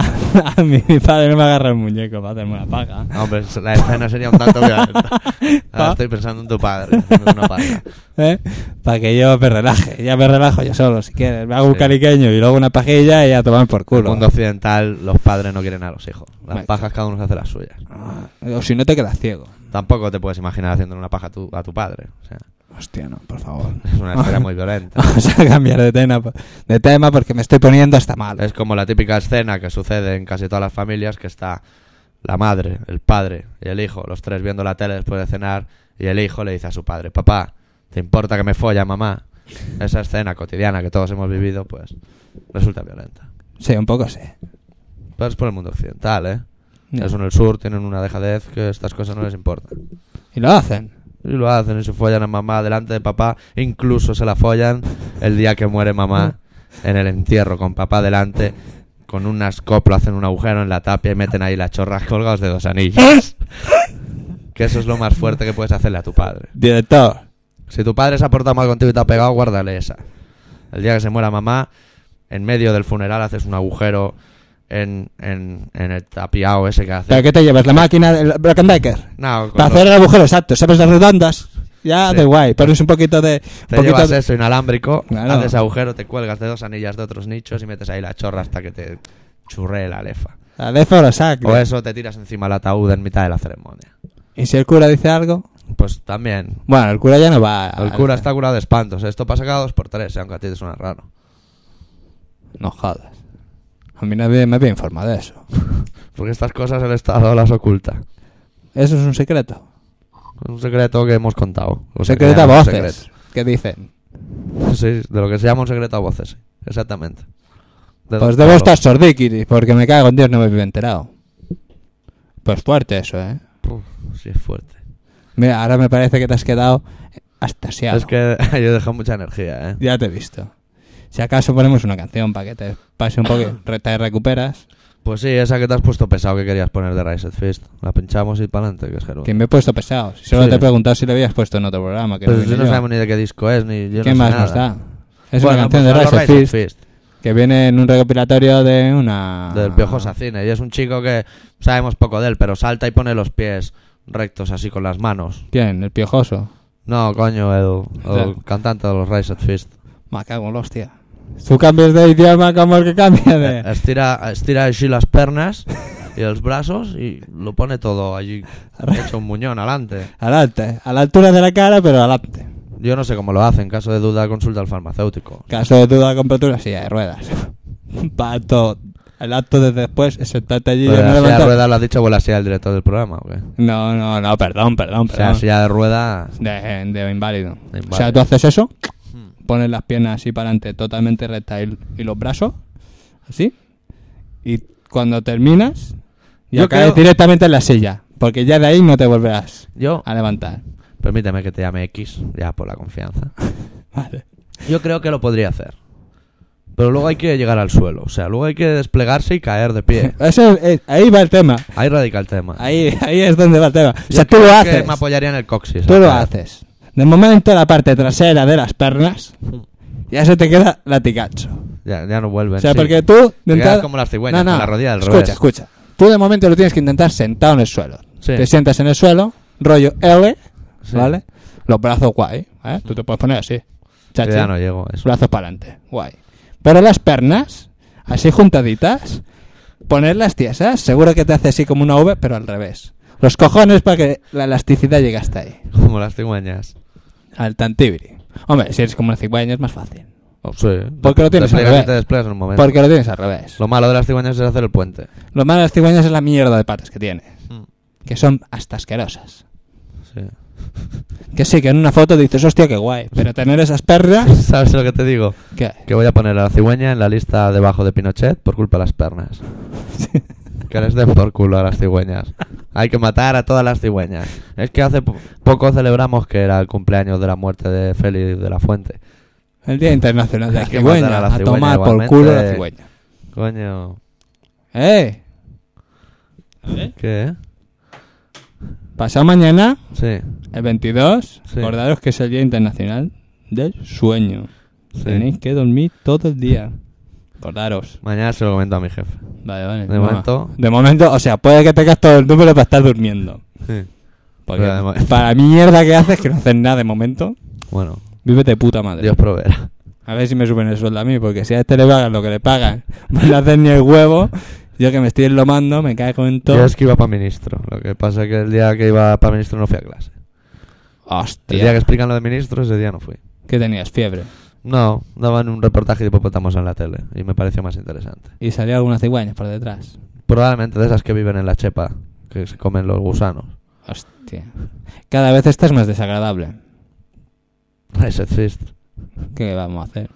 [SPEAKER 3] A mí mi padre no me agarra el muñeco para hacerme una paja.
[SPEAKER 1] Hombre, la escena sería un tanto violenta.
[SPEAKER 3] ¿Ah?
[SPEAKER 1] Ahora estoy pensando en tu padre. haciendo una paja.
[SPEAKER 3] ¿Eh? Para que yo me relaje. Ya me relajo yo solo, si quieres. Me hago un
[SPEAKER 1] Sí.
[SPEAKER 3] cariqueño y luego una pajilla y a tomar por
[SPEAKER 1] En el
[SPEAKER 3] culo.
[SPEAKER 1] mundo occidental, los padres no quieren a los hijos. Las
[SPEAKER 3] Vale.
[SPEAKER 1] pajas cada uno se hace las suyas.
[SPEAKER 3] Ah, O si no te quedas ciego.
[SPEAKER 1] Tampoco te puedes imaginar haciendo una paja a tu, a tu padre. O sea,
[SPEAKER 3] Hostia, no, por favor.
[SPEAKER 1] es una escena muy violenta.
[SPEAKER 3] Vamos a cambiar de tema, po- de tema porque me estoy poniendo hasta mal.
[SPEAKER 1] Es como la típica escena que sucede en casi todas las familias, que está la madre, el padre y el hijo, los tres viendo la tele después de cenar, y el hijo le dice a su padre, papá, ¿te importa que me folla, mamá? Esa escena cotidiana que todos hemos vivido, pues resulta violenta.
[SPEAKER 3] Sí, un poco sí.
[SPEAKER 1] Pero es por el mundo occidental, ¿eh?
[SPEAKER 3] Ya.
[SPEAKER 1] Eso en el sur tienen una dejadez que estas cosas no les importan.
[SPEAKER 3] Y lo hacen.
[SPEAKER 1] Y lo hacen, y se follan a mamá delante de papá, incluso se la follan el día que muere mamá en el entierro, con papá delante, con unas coplas hacen un agujero en la tapia y meten ahí las chorras colgados de dos anillos. que eso es lo más fuerte que puedes hacerle a tu padre.
[SPEAKER 3] Director.
[SPEAKER 1] Si tu padre se ha portado mal contigo y te ha pegado, guárdale esa. El día que se muera mamá, en medio del funeral haces un agujero en, en, en el tapiao ese que
[SPEAKER 3] ¿Pero
[SPEAKER 1] hace.
[SPEAKER 3] qué te llevas? ¿La máquina del Black and Decker?
[SPEAKER 1] No, con
[SPEAKER 3] Para
[SPEAKER 1] lo-
[SPEAKER 3] hacer el agujero exacto, sabes las redondas. Ya,
[SPEAKER 1] Sí.
[SPEAKER 3] de guay. Pones un poquito de.
[SPEAKER 1] Te
[SPEAKER 3] poquito
[SPEAKER 1] llevas
[SPEAKER 3] de-
[SPEAKER 1] eso inalámbrico,
[SPEAKER 3] Claro.
[SPEAKER 1] haces agujero, te cuelgas de dos anillas de otros nichos y metes ahí la chorra hasta que te churree la lefa.
[SPEAKER 3] La de Foro Sacro.
[SPEAKER 1] O eso te tiras encima el ataúd en mitad de la ceremonia.
[SPEAKER 3] ¿Y si el cura dice algo?
[SPEAKER 1] Pues también.
[SPEAKER 3] Bueno, el cura ya no va.
[SPEAKER 1] El cura está curado de espantos. Esto pasa cada dos por tres, eh, aunque a ti te suena raro.
[SPEAKER 3] No jodas. A mí nadie me había informado de eso.
[SPEAKER 1] Porque estas cosas el Estado las oculta.
[SPEAKER 3] Eso es un secreto.
[SPEAKER 1] Es un secreto que hemos contado. Lo
[SPEAKER 3] Un
[SPEAKER 1] que se
[SPEAKER 3] secreto a
[SPEAKER 1] llama Pues un
[SPEAKER 3] voces. ¿Qué dicen?
[SPEAKER 1] secreto. Sí, de lo que se llama un secreto a voces. sí. Exactamente. De
[SPEAKER 3] Pues
[SPEAKER 1] don
[SPEAKER 3] debo
[SPEAKER 1] Pablo.
[SPEAKER 3] estar sordíquiri, porque me cago en Dios, no me había enterado. Pues fuerte eso, ¿eh?
[SPEAKER 1] Uf, sí, es fuerte.
[SPEAKER 3] Mira, ahora me parece que te has quedado astasiado.
[SPEAKER 1] Es que yo he dejado mucha energía, ¿eh?
[SPEAKER 3] Ya te he visto. Si acaso ponemos una canción para que te pase un poco, re- te recuperas.
[SPEAKER 1] Pues sí, esa que te has puesto pesado que querías poner de Rise at Fist. La pinchamos y pa'lante, que es Gerún.
[SPEAKER 3] Que me he puesto pesado. Si Solo
[SPEAKER 1] Sí.
[SPEAKER 3] te he preguntado si le habías puesto en otro programa. Que
[SPEAKER 1] Pero
[SPEAKER 3] no
[SPEAKER 1] si
[SPEAKER 3] vine
[SPEAKER 1] no
[SPEAKER 3] yo.
[SPEAKER 1] sabemos ni de qué disco es, ni yo no
[SPEAKER 3] ¿Qué
[SPEAKER 1] sé
[SPEAKER 3] más
[SPEAKER 1] nada.
[SPEAKER 3] nos da? Es
[SPEAKER 1] Bueno,
[SPEAKER 3] una canción
[SPEAKER 1] pues
[SPEAKER 3] de
[SPEAKER 1] ahora
[SPEAKER 3] Rise of Fist, Ah.
[SPEAKER 1] Fist,
[SPEAKER 3] que viene en un recopilatorio de una...
[SPEAKER 1] Del Piojo Sacine. Y es un chico que sabemos poco de él, pero salta y pone los pies rectos así con las manos.
[SPEAKER 3] ¿Quién? ¿El Piojoso?
[SPEAKER 1] No, coño, el, el
[SPEAKER 3] Sí.
[SPEAKER 1] cantante de los Rise at Fist.
[SPEAKER 3] Me cago en la hostia. Tú cambias de idioma como el que cambia de...
[SPEAKER 1] Estira, estira así las pernas y los brazos y lo pone todo allí hecho un muñón adelante.
[SPEAKER 3] Adelante, a la altura de la cara, pero adelante.
[SPEAKER 1] Yo no sé cómo lo hace. En caso de duda, consulta al farmacéutico.
[SPEAKER 3] Caso de duda, comprate una silla de ruedas. Pato, el acto de después es sentarte allí y
[SPEAKER 1] Pero
[SPEAKER 3] no
[SPEAKER 1] la silla de
[SPEAKER 3] levantar-
[SPEAKER 1] rueda la has dicho o la silla del director del programa, ¿o qué?
[SPEAKER 3] No, no, no, perdón, perdón,
[SPEAKER 1] O sea,
[SPEAKER 3] perdón.
[SPEAKER 1] silla de rueda...
[SPEAKER 3] de, de inválido.
[SPEAKER 1] De inválido.
[SPEAKER 3] O sea, tú haces eso, pones las piernas así para adelante, totalmente rectas y, y los brazos, así. Y cuando terminas, ya
[SPEAKER 1] Yo
[SPEAKER 3] caes
[SPEAKER 1] creo-
[SPEAKER 3] directamente en la silla. Porque ya de ahí no te volverás
[SPEAKER 1] Yo
[SPEAKER 3] a levantar.
[SPEAKER 1] Permíteme que te llame X, ya por la confianza.
[SPEAKER 3] Vale.
[SPEAKER 1] Yo creo que lo podría hacer. Pero luego hay que llegar al suelo. O sea, luego hay que desplegarse y caer de pie.
[SPEAKER 3] Eso, es- ahí va el tema.
[SPEAKER 1] Ahí radica el tema.
[SPEAKER 3] Ahí, ahí es donde va el tema. O
[SPEAKER 1] Yo
[SPEAKER 3] sea, tú
[SPEAKER 1] creo
[SPEAKER 3] lo
[SPEAKER 1] que
[SPEAKER 3] haces.
[SPEAKER 1] me apoyaría en el coxis.
[SPEAKER 3] Tú
[SPEAKER 1] al
[SPEAKER 3] lo
[SPEAKER 1] caer.
[SPEAKER 3] haces. De momento la parte trasera de las pernas
[SPEAKER 1] Hmm.
[SPEAKER 3] ya se te queda latigacho.
[SPEAKER 1] Ya, ya no vuelven.
[SPEAKER 3] O sea,
[SPEAKER 1] Pues sí.
[SPEAKER 3] porque tú
[SPEAKER 1] Te
[SPEAKER 3] de
[SPEAKER 1] quedas
[SPEAKER 3] entrada-
[SPEAKER 1] como las cigüeñas, con la rodilla del
[SPEAKER 3] escucha,
[SPEAKER 1] revés.
[SPEAKER 3] escucha. Tú de momento lo tienes que intentar sentado en el suelo.
[SPEAKER 1] Sí.
[SPEAKER 3] Te sientas en el suelo, rollo L,
[SPEAKER 1] Sí.
[SPEAKER 3] ¿vale? Los brazos guay, ¿eh? Tú te puedes poner así.
[SPEAKER 1] Yo
[SPEAKER 3] chachi,
[SPEAKER 1] ya no llego a eso.
[SPEAKER 3] Brazos para adelante, guay. Pero las pernas, así juntaditas, poner las tiesas, seguro que te hace así como una V, pero al revés. Los cojones para que la elasticidad llegue hasta ahí,
[SPEAKER 1] Como las cigüeñas.
[SPEAKER 3] al tantibiri. Hombre, si eres como una cigüeña es más fácil.
[SPEAKER 1] Sí.
[SPEAKER 3] Oh, Porque lo tienes
[SPEAKER 1] Te
[SPEAKER 3] al
[SPEAKER 1] pliegas
[SPEAKER 3] revés.
[SPEAKER 1] y te despliegas en un momento.
[SPEAKER 3] Porque lo tienes al revés.
[SPEAKER 1] Lo malo de las cigüeñas es hacer el puente.
[SPEAKER 3] Lo malo de las cigüeñas es la mierda de patas que tiene.
[SPEAKER 1] Mm.
[SPEAKER 3] Que son hasta asquerosas.
[SPEAKER 1] Sí.
[SPEAKER 3] Que sí, que en una foto dices, hostia, qué guay. Pero tener esas perras...
[SPEAKER 1] ¿Sabes lo que te digo?
[SPEAKER 3] ¿Qué?
[SPEAKER 1] Que voy a poner a la cigüeña en la lista debajo de Pinochet por culpa de las pernas. Que les den por culo a las cigüeñas. Hay que matar a todas las cigüeñas. Es que hace po- poco celebramos que era el cumpleaños de la muerte de Félix de la Fuente.
[SPEAKER 3] El Día Internacional de la
[SPEAKER 1] Hay que matar
[SPEAKER 3] Cigüeña.
[SPEAKER 1] a la
[SPEAKER 3] A
[SPEAKER 1] cigüeña
[SPEAKER 3] tomar por
[SPEAKER 1] igualmente.
[SPEAKER 3] culo a la cigüeña.
[SPEAKER 1] Coño,
[SPEAKER 3] ¡Eh!
[SPEAKER 1] ¿qué?
[SPEAKER 3] Pasado mañana,
[SPEAKER 1] Sí,
[SPEAKER 3] el 22,
[SPEAKER 1] Sí.
[SPEAKER 3] acordaros que es el Día Internacional del Sueño.
[SPEAKER 1] sí.
[SPEAKER 3] Tenéis que dormir todo el día. Acordaros.
[SPEAKER 1] Mañana se lo comento a mi jefe.
[SPEAKER 3] Vale, vale.
[SPEAKER 1] De
[SPEAKER 3] toma.
[SPEAKER 1] momento-
[SPEAKER 3] De momento, o sea, puede que tengas todo el número para estar durmiendo.
[SPEAKER 1] Sí.
[SPEAKER 3] Porque
[SPEAKER 1] Pero de mo-
[SPEAKER 3] para la mierda que haces, que no haces nada de momento,
[SPEAKER 1] Bueno,
[SPEAKER 3] vívete de puta madre.
[SPEAKER 1] Dios proveerá.
[SPEAKER 3] A ver si me suben el sueldo a mí, porque si a este le pagan lo que le pagan, pues no le hacen ni el huevo. Yo que me estoy enlomando, me caigo en todo.
[SPEAKER 1] Yo es que iba para ministro. Lo que pasa es que el día que iba para ministro no fui a clase. El día que
[SPEAKER 3] Hostia,
[SPEAKER 1] explican lo de ministro, ese día no fui.
[SPEAKER 3] que tenías fiebre.
[SPEAKER 1] No, daban un reportaje de hipopótamos en la tele y me pareció más interesante.
[SPEAKER 3] Y salió algunas cigüeñas por detrás.
[SPEAKER 1] Probablemente de esas que viven en la chepa, que se comen los gusanos.
[SPEAKER 3] Hostia. Cada vez estás más desagradable.
[SPEAKER 1] Eso existe.
[SPEAKER 3] ¿Qué vamos a hacer?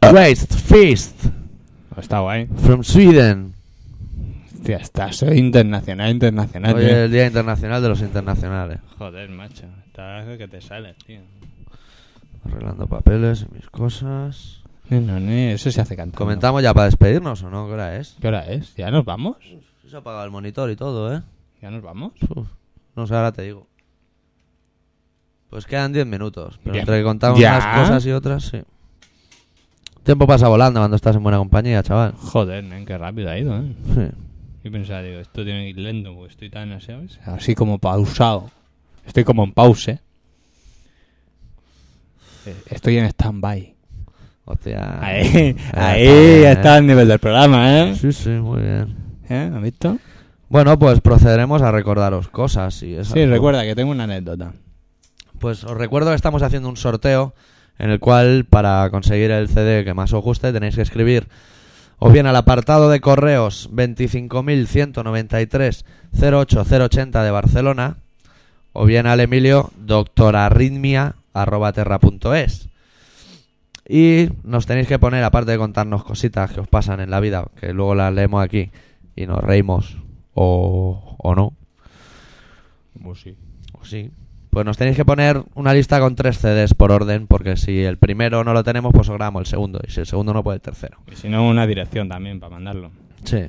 [SPEAKER 1] Raised Fist
[SPEAKER 3] Pues Está guay.
[SPEAKER 1] from Sweden.
[SPEAKER 3] Hostia, está, soy internacional, internacional.
[SPEAKER 1] Hoy
[SPEAKER 3] tío.
[SPEAKER 1] es el Día Internacional de los Internacionales.
[SPEAKER 3] Joder, macho. Está que te sales, tío.
[SPEAKER 1] Arreglando papeles y mis cosas.
[SPEAKER 3] No, no, no, eso se hace cantando.
[SPEAKER 1] ¿Comentamos ya para despedirnos o no? ¿Qué hora es?
[SPEAKER 3] ¿Qué hora es? ¿Ya nos vamos?
[SPEAKER 1] Se ha apagado el monitor y todo, ¿eh?
[SPEAKER 3] ¿Ya nos vamos?
[SPEAKER 1] Uf, No sé, ahora te digo. Pues quedan 10 minutos. Pero
[SPEAKER 3] Bien.
[SPEAKER 1] entre que contamos
[SPEAKER 3] ¿Ya?
[SPEAKER 1] unas cosas y otras, sí. El tiempo pasa volando cuando estás en buena compañía, chaval.
[SPEAKER 3] Joder, men, qué rápido ha ido, ¿eh?
[SPEAKER 1] Sí.
[SPEAKER 3] Yo pensaba, digo, esto tiene que ir lento porque estoy tan, ¿sabes? Así como pausado. Estoy como en pause. Eh, Estoy en stand-by.
[SPEAKER 1] Hostia.
[SPEAKER 3] Ahí,
[SPEAKER 1] Ah,
[SPEAKER 3] ahí
[SPEAKER 1] bien,
[SPEAKER 3] está
[SPEAKER 1] ¿eh?
[SPEAKER 3] el nivel del programa, ¿eh?
[SPEAKER 1] Sí, sí, muy bien.
[SPEAKER 3] ¿Eh? ¿Has visto?
[SPEAKER 1] Bueno, pues procederemos a recordaros cosas y esas
[SPEAKER 3] Sí,
[SPEAKER 1] cosas.
[SPEAKER 3] recuerda que tengo una anécdota.
[SPEAKER 1] Pues os recuerdo que estamos haciendo un sorteo en el cual para conseguir el CD que más os guste tenéis que escribir o bien al apartado de correos 25.193-08080 de Barcelona o bien al Emilio doctorarritmia@terra.es. Y nos tenéis que poner, aparte de contarnos cositas que os pasan en la vida, que luego las leemos aquí y nos reímos o, o no,
[SPEAKER 3] Uh,
[SPEAKER 1] o sí. Pues nos tenéis que poner una lista con tres CDs por orden, porque si el primero no lo tenemos, pues os grabamos el segundo. Y si el segundo no, pues el tercero.
[SPEAKER 3] Y si no, una dirección también para mandarlo.
[SPEAKER 1] Sí.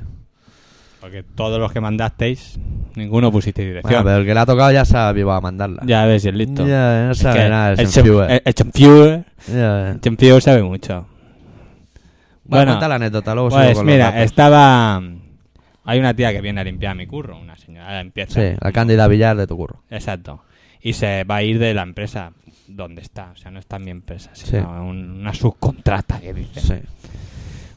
[SPEAKER 3] Porque todos los que mandasteis, ninguno pusisteis
[SPEAKER 1] Bueno,
[SPEAKER 3] dirección.
[SPEAKER 1] pero el que la ha tocado ya se ha avivado a mandarla.
[SPEAKER 3] Ya ves, si es listo.
[SPEAKER 1] Ya, no
[SPEAKER 3] Es
[SPEAKER 1] sabe
[SPEAKER 3] que
[SPEAKER 1] nada de
[SPEAKER 3] el
[SPEAKER 1] Schoenfeuer.
[SPEAKER 3] champ- el- El Schoenfeuer-
[SPEAKER 1] Ya, eh.
[SPEAKER 3] Schoenfeuer sabe mucho.
[SPEAKER 1] Bueno,
[SPEAKER 3] Bueno,
[SPEAKER 1] cuenta la anécdota, luego sigo
[SPEAKER 3] Pues
[SPEAKER 1] con los
[SPEAKER 3] mira,
[SPEAKER 1] datos.
[SPEAKER 3] estaba... mm, Hay una tía que viene a limpiar mi curro, una señora de limpieza.
[SPEAKER 1] Sí, la Cándida Villar de tu curro.
[SPEAKER 3] Exacto. Y se va a ir de la empresa donde está. O sea, no está en mi empresa, sino un- una subcontrata que dice.
[SPEAKER 1] Sí.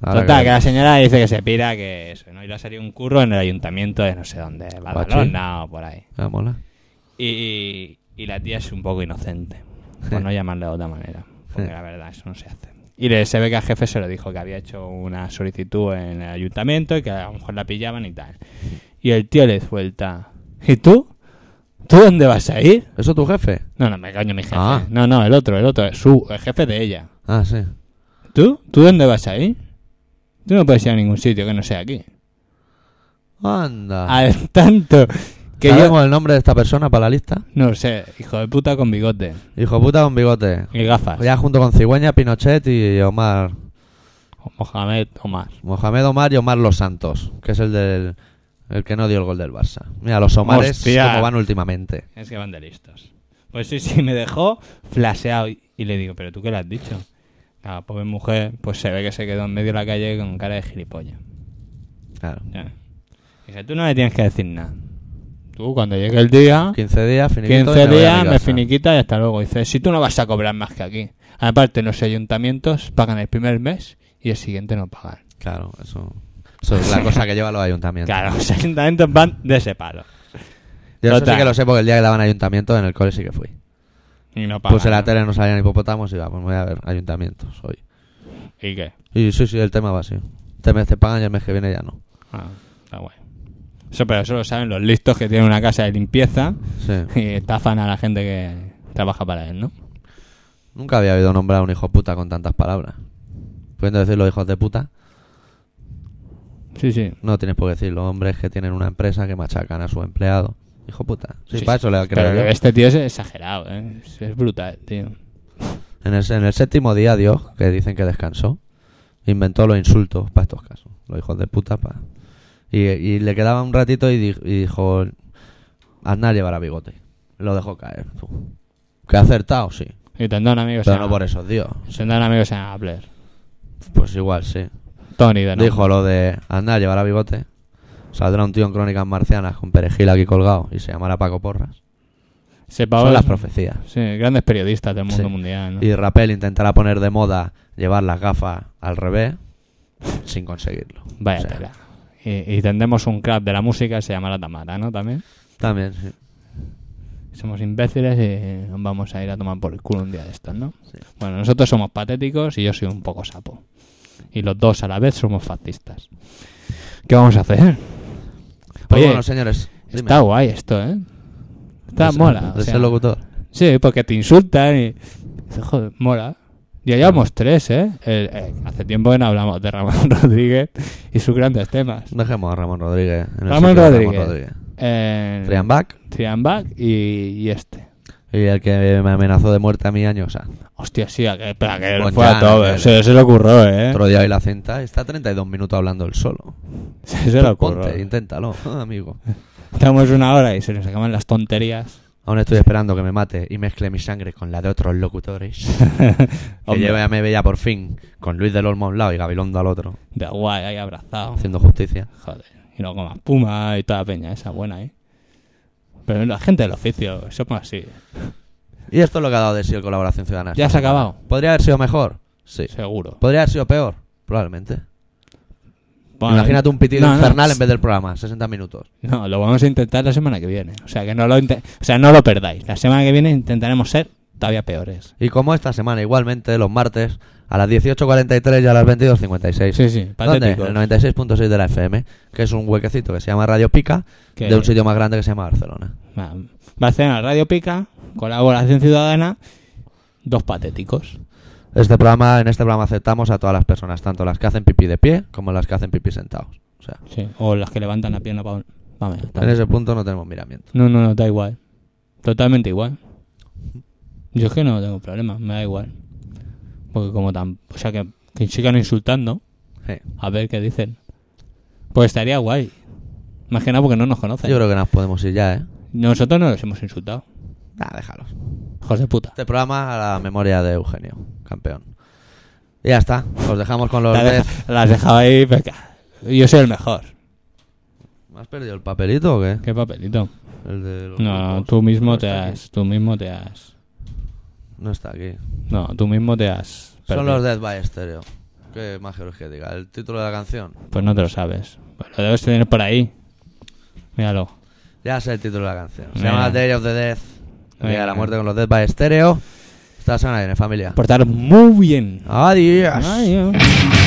[SPEAKER 1] Ahora
[SPEAKER 3] Total,
[SPEAKER 1] que-
[SPEAKER 3] que la señora dice que se pira, que eso, ¿no? Y le ha salido un curro en el ayuntamiento de no sé dónde, Badalona o por ahí.
[SPEAKER 1] Ah, mola.
[SPEAKER 3] Y, y la tía es un poco inocente, por no llamarle de otra manera. Porque la verdad, eso no se hace. Y le, se ve que al jefe se lo dijo que había hecho una solicitud en el ayuntamiento y que a lo mejor la pillaban y tal. Y el tío le suelta: ¿Y tú? ¿Tú dónde vas a ir?
[SPEAKER 1] ¿Eso tu jefe?
[SPEAKER 3] No, no, me caño mi jefe.
[SPEAKER 1] Ah.
[SPEAKER 3] No, no, el otro, el otro, su, el jefe de ella.
[SPEAKER 1] Ah, sí.
[SPEAKER 3] ¿Tú? ¿Tú dónde vas a ir? Tú no puedes ir a ningún sitio que no sea aquí.
[SPEAKER 1] Anda.
[SPEAKER 3] Al tanto Ah, que yo...
[SPEAKER 1] Ah. ¿Sabemos el nombre de esta persona para la lista?
[SPEAKER 3] No sé, hijo de puta con bigote
[SPEAKER 1] Hijo puta con bigote.
[SPEAKER 3] y gafas.
[SPEAKER 1] Ya junto con Cigüeña, Pinochet y Omar.
[SPEAKER 3] Mohamed Omar.
[SPEAKER 1] Mohamed Omar y Omar Los Santos, que es el del. El que no dio el gol del Barça. Mira, los Omares
[SPEAKER 3] Hostia.
[SPEAKER 1] como van últimamente.
[SPEAKER 3] Es que van de listos. Pues sí, sí, me dejó flaseado y, y le digo, ¿pero tú qué le has dicho? La pobre mujer, pues se ve que se quedó en medio de la calle con cara de gilipollas.
[SPEAKER 1] Claro.
[SPEAKER 3] Ya. Dije, tú no le tienes que decir nada. Tú, cuando llegue el día...
[SPEAKER 1] 15 días,
[SPEAKER 3] 15
[SPEAKER 1] finiquito. y me voy a
[SPEAKER 3] días,
[SPEAKER 1] mi
[SPEAKER 3] me
[SPEAKER 1] casa.
[SPEAKER 3] finiquita y hasta luego. Dice, si tú no vas a cobrar más que aquí. Aparte, los ayuntamientos pagan el primer mes y el siguiente no pagan.
[SPEAKER 1] Claro, eso. Eso es la cosa que llevan los ayuntamientos.
[SPEAKER 3] Claro, los ayuntamientos van de ese palo.
[SPEAKER 1] Yo eso sí
[SPEAKER 3] Total.
[SPEAKER 1] que lo sé porque el día que daban ayuntamiento en el cole sí que fui.
[SPEAKER 3] Y no pagan.
[SPEAKER 1] Puse la
[SPEAKER 3] ¿no?
[SPEAKER 1] tele, no salían hipopótamos y va, pues me voy a ver ayuntamientos hoy.
[SPEAKER 3] ¿Y qué?
[SPEAKER 1] Y sí, sí, el tema va así. Este mes te pagan y el mes que viene ya no.
[SPEAKER 3] Ah, está guay. Eso, pero eso lo saben los listos que tienen una casa de limpieza
[SPEAKER 1] Sí.
[SPEAKER 3] y estafan a la gente que trabaja para él, ¿no?
[SPEAKER 1] Nunca había oído nombrar a un hijo puta con tantas palabras. Pudiendo decirlo hijos de puta,
[SPEAKER 3] Sí, sí.
[SPEAKER 1] no tienes por qué decirlo. Hombres que tienen una empresa que machacan a su empleado. Hijo puta. Sí,
[SPEAKER 3] Sí,
[SPEAKER 1] para eso le creo
[SPEAKER 3] Pero
[SPEAKER 1] yo.
[SPEAKER 3] este tío es exagerado, ¿eh? Es- Es brutal, tío.
[SPEAKER 1] En el, en el séptimo día, Dios, que dicen que descansó, inventó los insultos para estos casos. Los hijos de puta. pa- Y, y le quedaba un ratito y, di- y dijo: Aznar llevará bigote. Lo dejó caer. tú. Que ha acertado, sí.
[SPEAKER 3] Y tendrán amigos
[SPEAKER 1] Pero no por esos dios.
[SPEAKER 3] Tendrán amigos en Apple.
[SPEAKER 1] Pues igual, sí.
[SPEAKER 3] Tony de nuevo.
[SPEAKER 1] Dijo lo de Aznar llevará bigote. Saldrá un tío en Crónicas Marcianas con perejil aquí colgado y se llamará Paco Porras.
[SPEAKER 3] Sepa
[SPEAKER 1] Son
[SPEAKER 3] vos-
[SPEAKER 1] las profecías.
[SPEAKER 3] Sí, grandes periodistas del mundo
[SPEAKER 1] Sí.
[SPEAKER 3] mundial, ¿no?
[SPEAKER 1] Y Rapel intentará poner de moda llevar las gafas al revés sin conseguirlo.
[SPEAKER 3] Vaya
[SPEAKER 1] O sea,
[SPEAKER 3] tela. Y, y tendremos un crap de la música, se llama La Tamara, ¿no? También.
[SPEAKER 1] También, sí.
[SPEAKER 3] Somos imbéciles y nos vamos a ir a tomar por el culo un día de estos, ¿no? Bueno, nosotros somos patéticos y yo soy un poco sapo. Y los dos a la vez somos fascistas. ¿Qué vamos a hacer?
[SPEAKER 1] Pero
[SPEAKER 3] Oye,
[SPEAKER 1] bueno, señores. dime.
[SPEAKER 3] Está guay esto, ¿eh? Está
[SPEAKER 1] De ser-
[SPEAKER 3] mola.
[SPEAKER 1] De
[SPEAKER 3] o
[SPEAKER 1] ser
[SPEAKER 3] sea,
[SPEAKER 1] locutor.
[SPEAKER 3] Sí, porque te insultan y... dices, Joder, mola. Ya llevamos tres, ¿eh? El- eh, Hace tiempo que no hablamos de Ramón Rodríguez y sus grandes temas.
[SPEAKER 1] Dejemos a Ramón Rodríguez. en el
[SPEAKER 3] Ramón
[SPEAKER 1] sitio de
[SPEAKER 3] Rodríguez. Eh,
[SPEAKER 1] Trian Bach
[SPEAKER 3] Triambac y, y este.
[SPEAKER 1] y el que me amenazó de muerte a mí años. ah.
[SPEAKER 3] Hostia, sí, aquel, pero aquel
[SPEAKER 1] Pues
[SPEAKER 3] fue
[SPEAKER 1] ya,
[SPEAKER 3] a todo.
[SPEAKER 1] aquel.
[SPEAKER 3] Se, se le ocurrió, ¿eh?
[SPEAKER 1] Otro día y la cinta. Está 32 minutos hablando él solo.
[SPEAKER 3] Se, se le ocurrió.
[SPEAKER 1] Ponte, inténtalo, amigo.
[SPEAKER 3] Estamos una hora y se nos acaban las tonterías.
[SPEAKER 1] Aún estoy esperando que me mate y mezcle mi sangre con la de otros locutores. que
[SPEAKER 3] Hombre.
[SPEAKER 1] yo ya me veía por fin con Luis del Olmo a un lado y Gabilondo al otro,
[SPEAKER 3] De guay, ahí abrazado.
[SPEAKER 1] haciendo justicia.
[SPEAKER 3] Joder. Y luego más puma y toda la peña esa buena, ¿eh? Pero la gente del oficio, somos así.
[SPEAKER 1] Y esto es lo que ha dado de sí el Colaboración Ciudadana.
[SPEAKER 3] Ya se ha acabado,
[SPEAKER 1] ¿Podría haber sido mejor? Sí.
[SPEAKER 3] seguro.
[SPEAKER 1] ¿Podría haber sido peor? Probablemente.
[SPEAKER 3] Bueno,
[SPEAKER 1] Imagínate un pitido
[SPEAKER 3] no, no,
[SPEAKER 1] infernal en vez del programa, 60 minutos.
[SPEAKER 3] No, lo vamos a intentar la semana que viene. O sea, que no lo, inte- o sea, no lo perdáis. La semana que viene intentaremos ser todavía peores.
[SPEAKER 1] Y como esta semana, igualmente, los martes, a las 18.43 y a las 22.56.
[SPEAKER 3] Sí, sí,
[SPEAKER 1] ¿Dónde?
[SPEAKER 3] patéticos.
[SPEAKER 1] El 96.6 de la FM, que es un huequecito que se llama Radio Pica,
[SPEAKER 3] Que-
[SPEAKER 1] de un sitio más grande que se llama Barcelona.
[SPEAKER 3] Va- Barcelona, Radio Pica, Colaboración Ciudadana, dos patéticos.
[SPEAKER 1] Este programa, en este programa aceptamos a todas las personas, tanto las que hacen pipí de pie como las que hacen pipí sentados. O sea,
[SPEAKER 3] Sí, o las que levantan la pierna para...
[SPEAKER 1] en ese punto no tenemos miramiento.
[SPEAKER 3] No, no, no, da igual. Totalmente igual. Yo es que no tengo problema, me da igual. Porque como tan... O sea, que, que sigan insultando,
[SPEAKER 1] Sí.
[SPEAKER 3] a ver qué dicen. Pues estaría guay. Más que nada porque no nos conocen.
[SPEAKER 1] Yo creo que nos podemos ir ya, ¿eh?
[SPEAKER 3] Nosotros no los hemos insultado.
[SPEAKER 1] Nah, déjalos.
[SPEAKER 3] José puta.
[SPEAKER 1] Este programa a la memoria de Eugenio, campeón. Y ya está, os dejamos con los
[SPEAKER 3] La
[SPEAKER 1] Death.
[SPEAKER 3] deja- la has dejado ahí. venga. Yo soy el mejor.
[SPEAKER 1] ¿Me has perdido el papelito o qué?
[SPEAKER 3] Qué papelito.
[SPEAKER 1] El de los
[SPEAKER 3] No,
[SPEAKER 1] grupos.
[SPEAKER 3] tú mismo
[SPEAKER 1] No
[SPEAKER 3] te
[SPEAKER 1] está aquí.
[SPEAKER 3] has. Tú mismo te has.
[SPEAKER 1] No está aquí.
[SPEAKER 3] No, tú mismo te has.
[SPEAKER 1] Son
[SPEAKER 3] perdido.
[SPEAKER 1] los Death by Stereo. ¿Qué más quieres que diga? ¿El título de la canción?
[SPEAKER 3] Pues no te lo sabes. Pues lo debes tener por ahí. Míralo.
[SPEAKER 1] Ya sé el título de la canción. Se
[SPEAKER 3] Mira.
[SPEAKER 1] llama Day of the Death. El día de
[SPEAKER 3] Mira.
[SPEAKER 1] la muerte con los Death by Stereo. Esta semana viene, familia.
[SPEAKER 3] Portar muy bien.
[SPEAKER 1] Adiós.
[SPEAKER 3] Ay, Dios.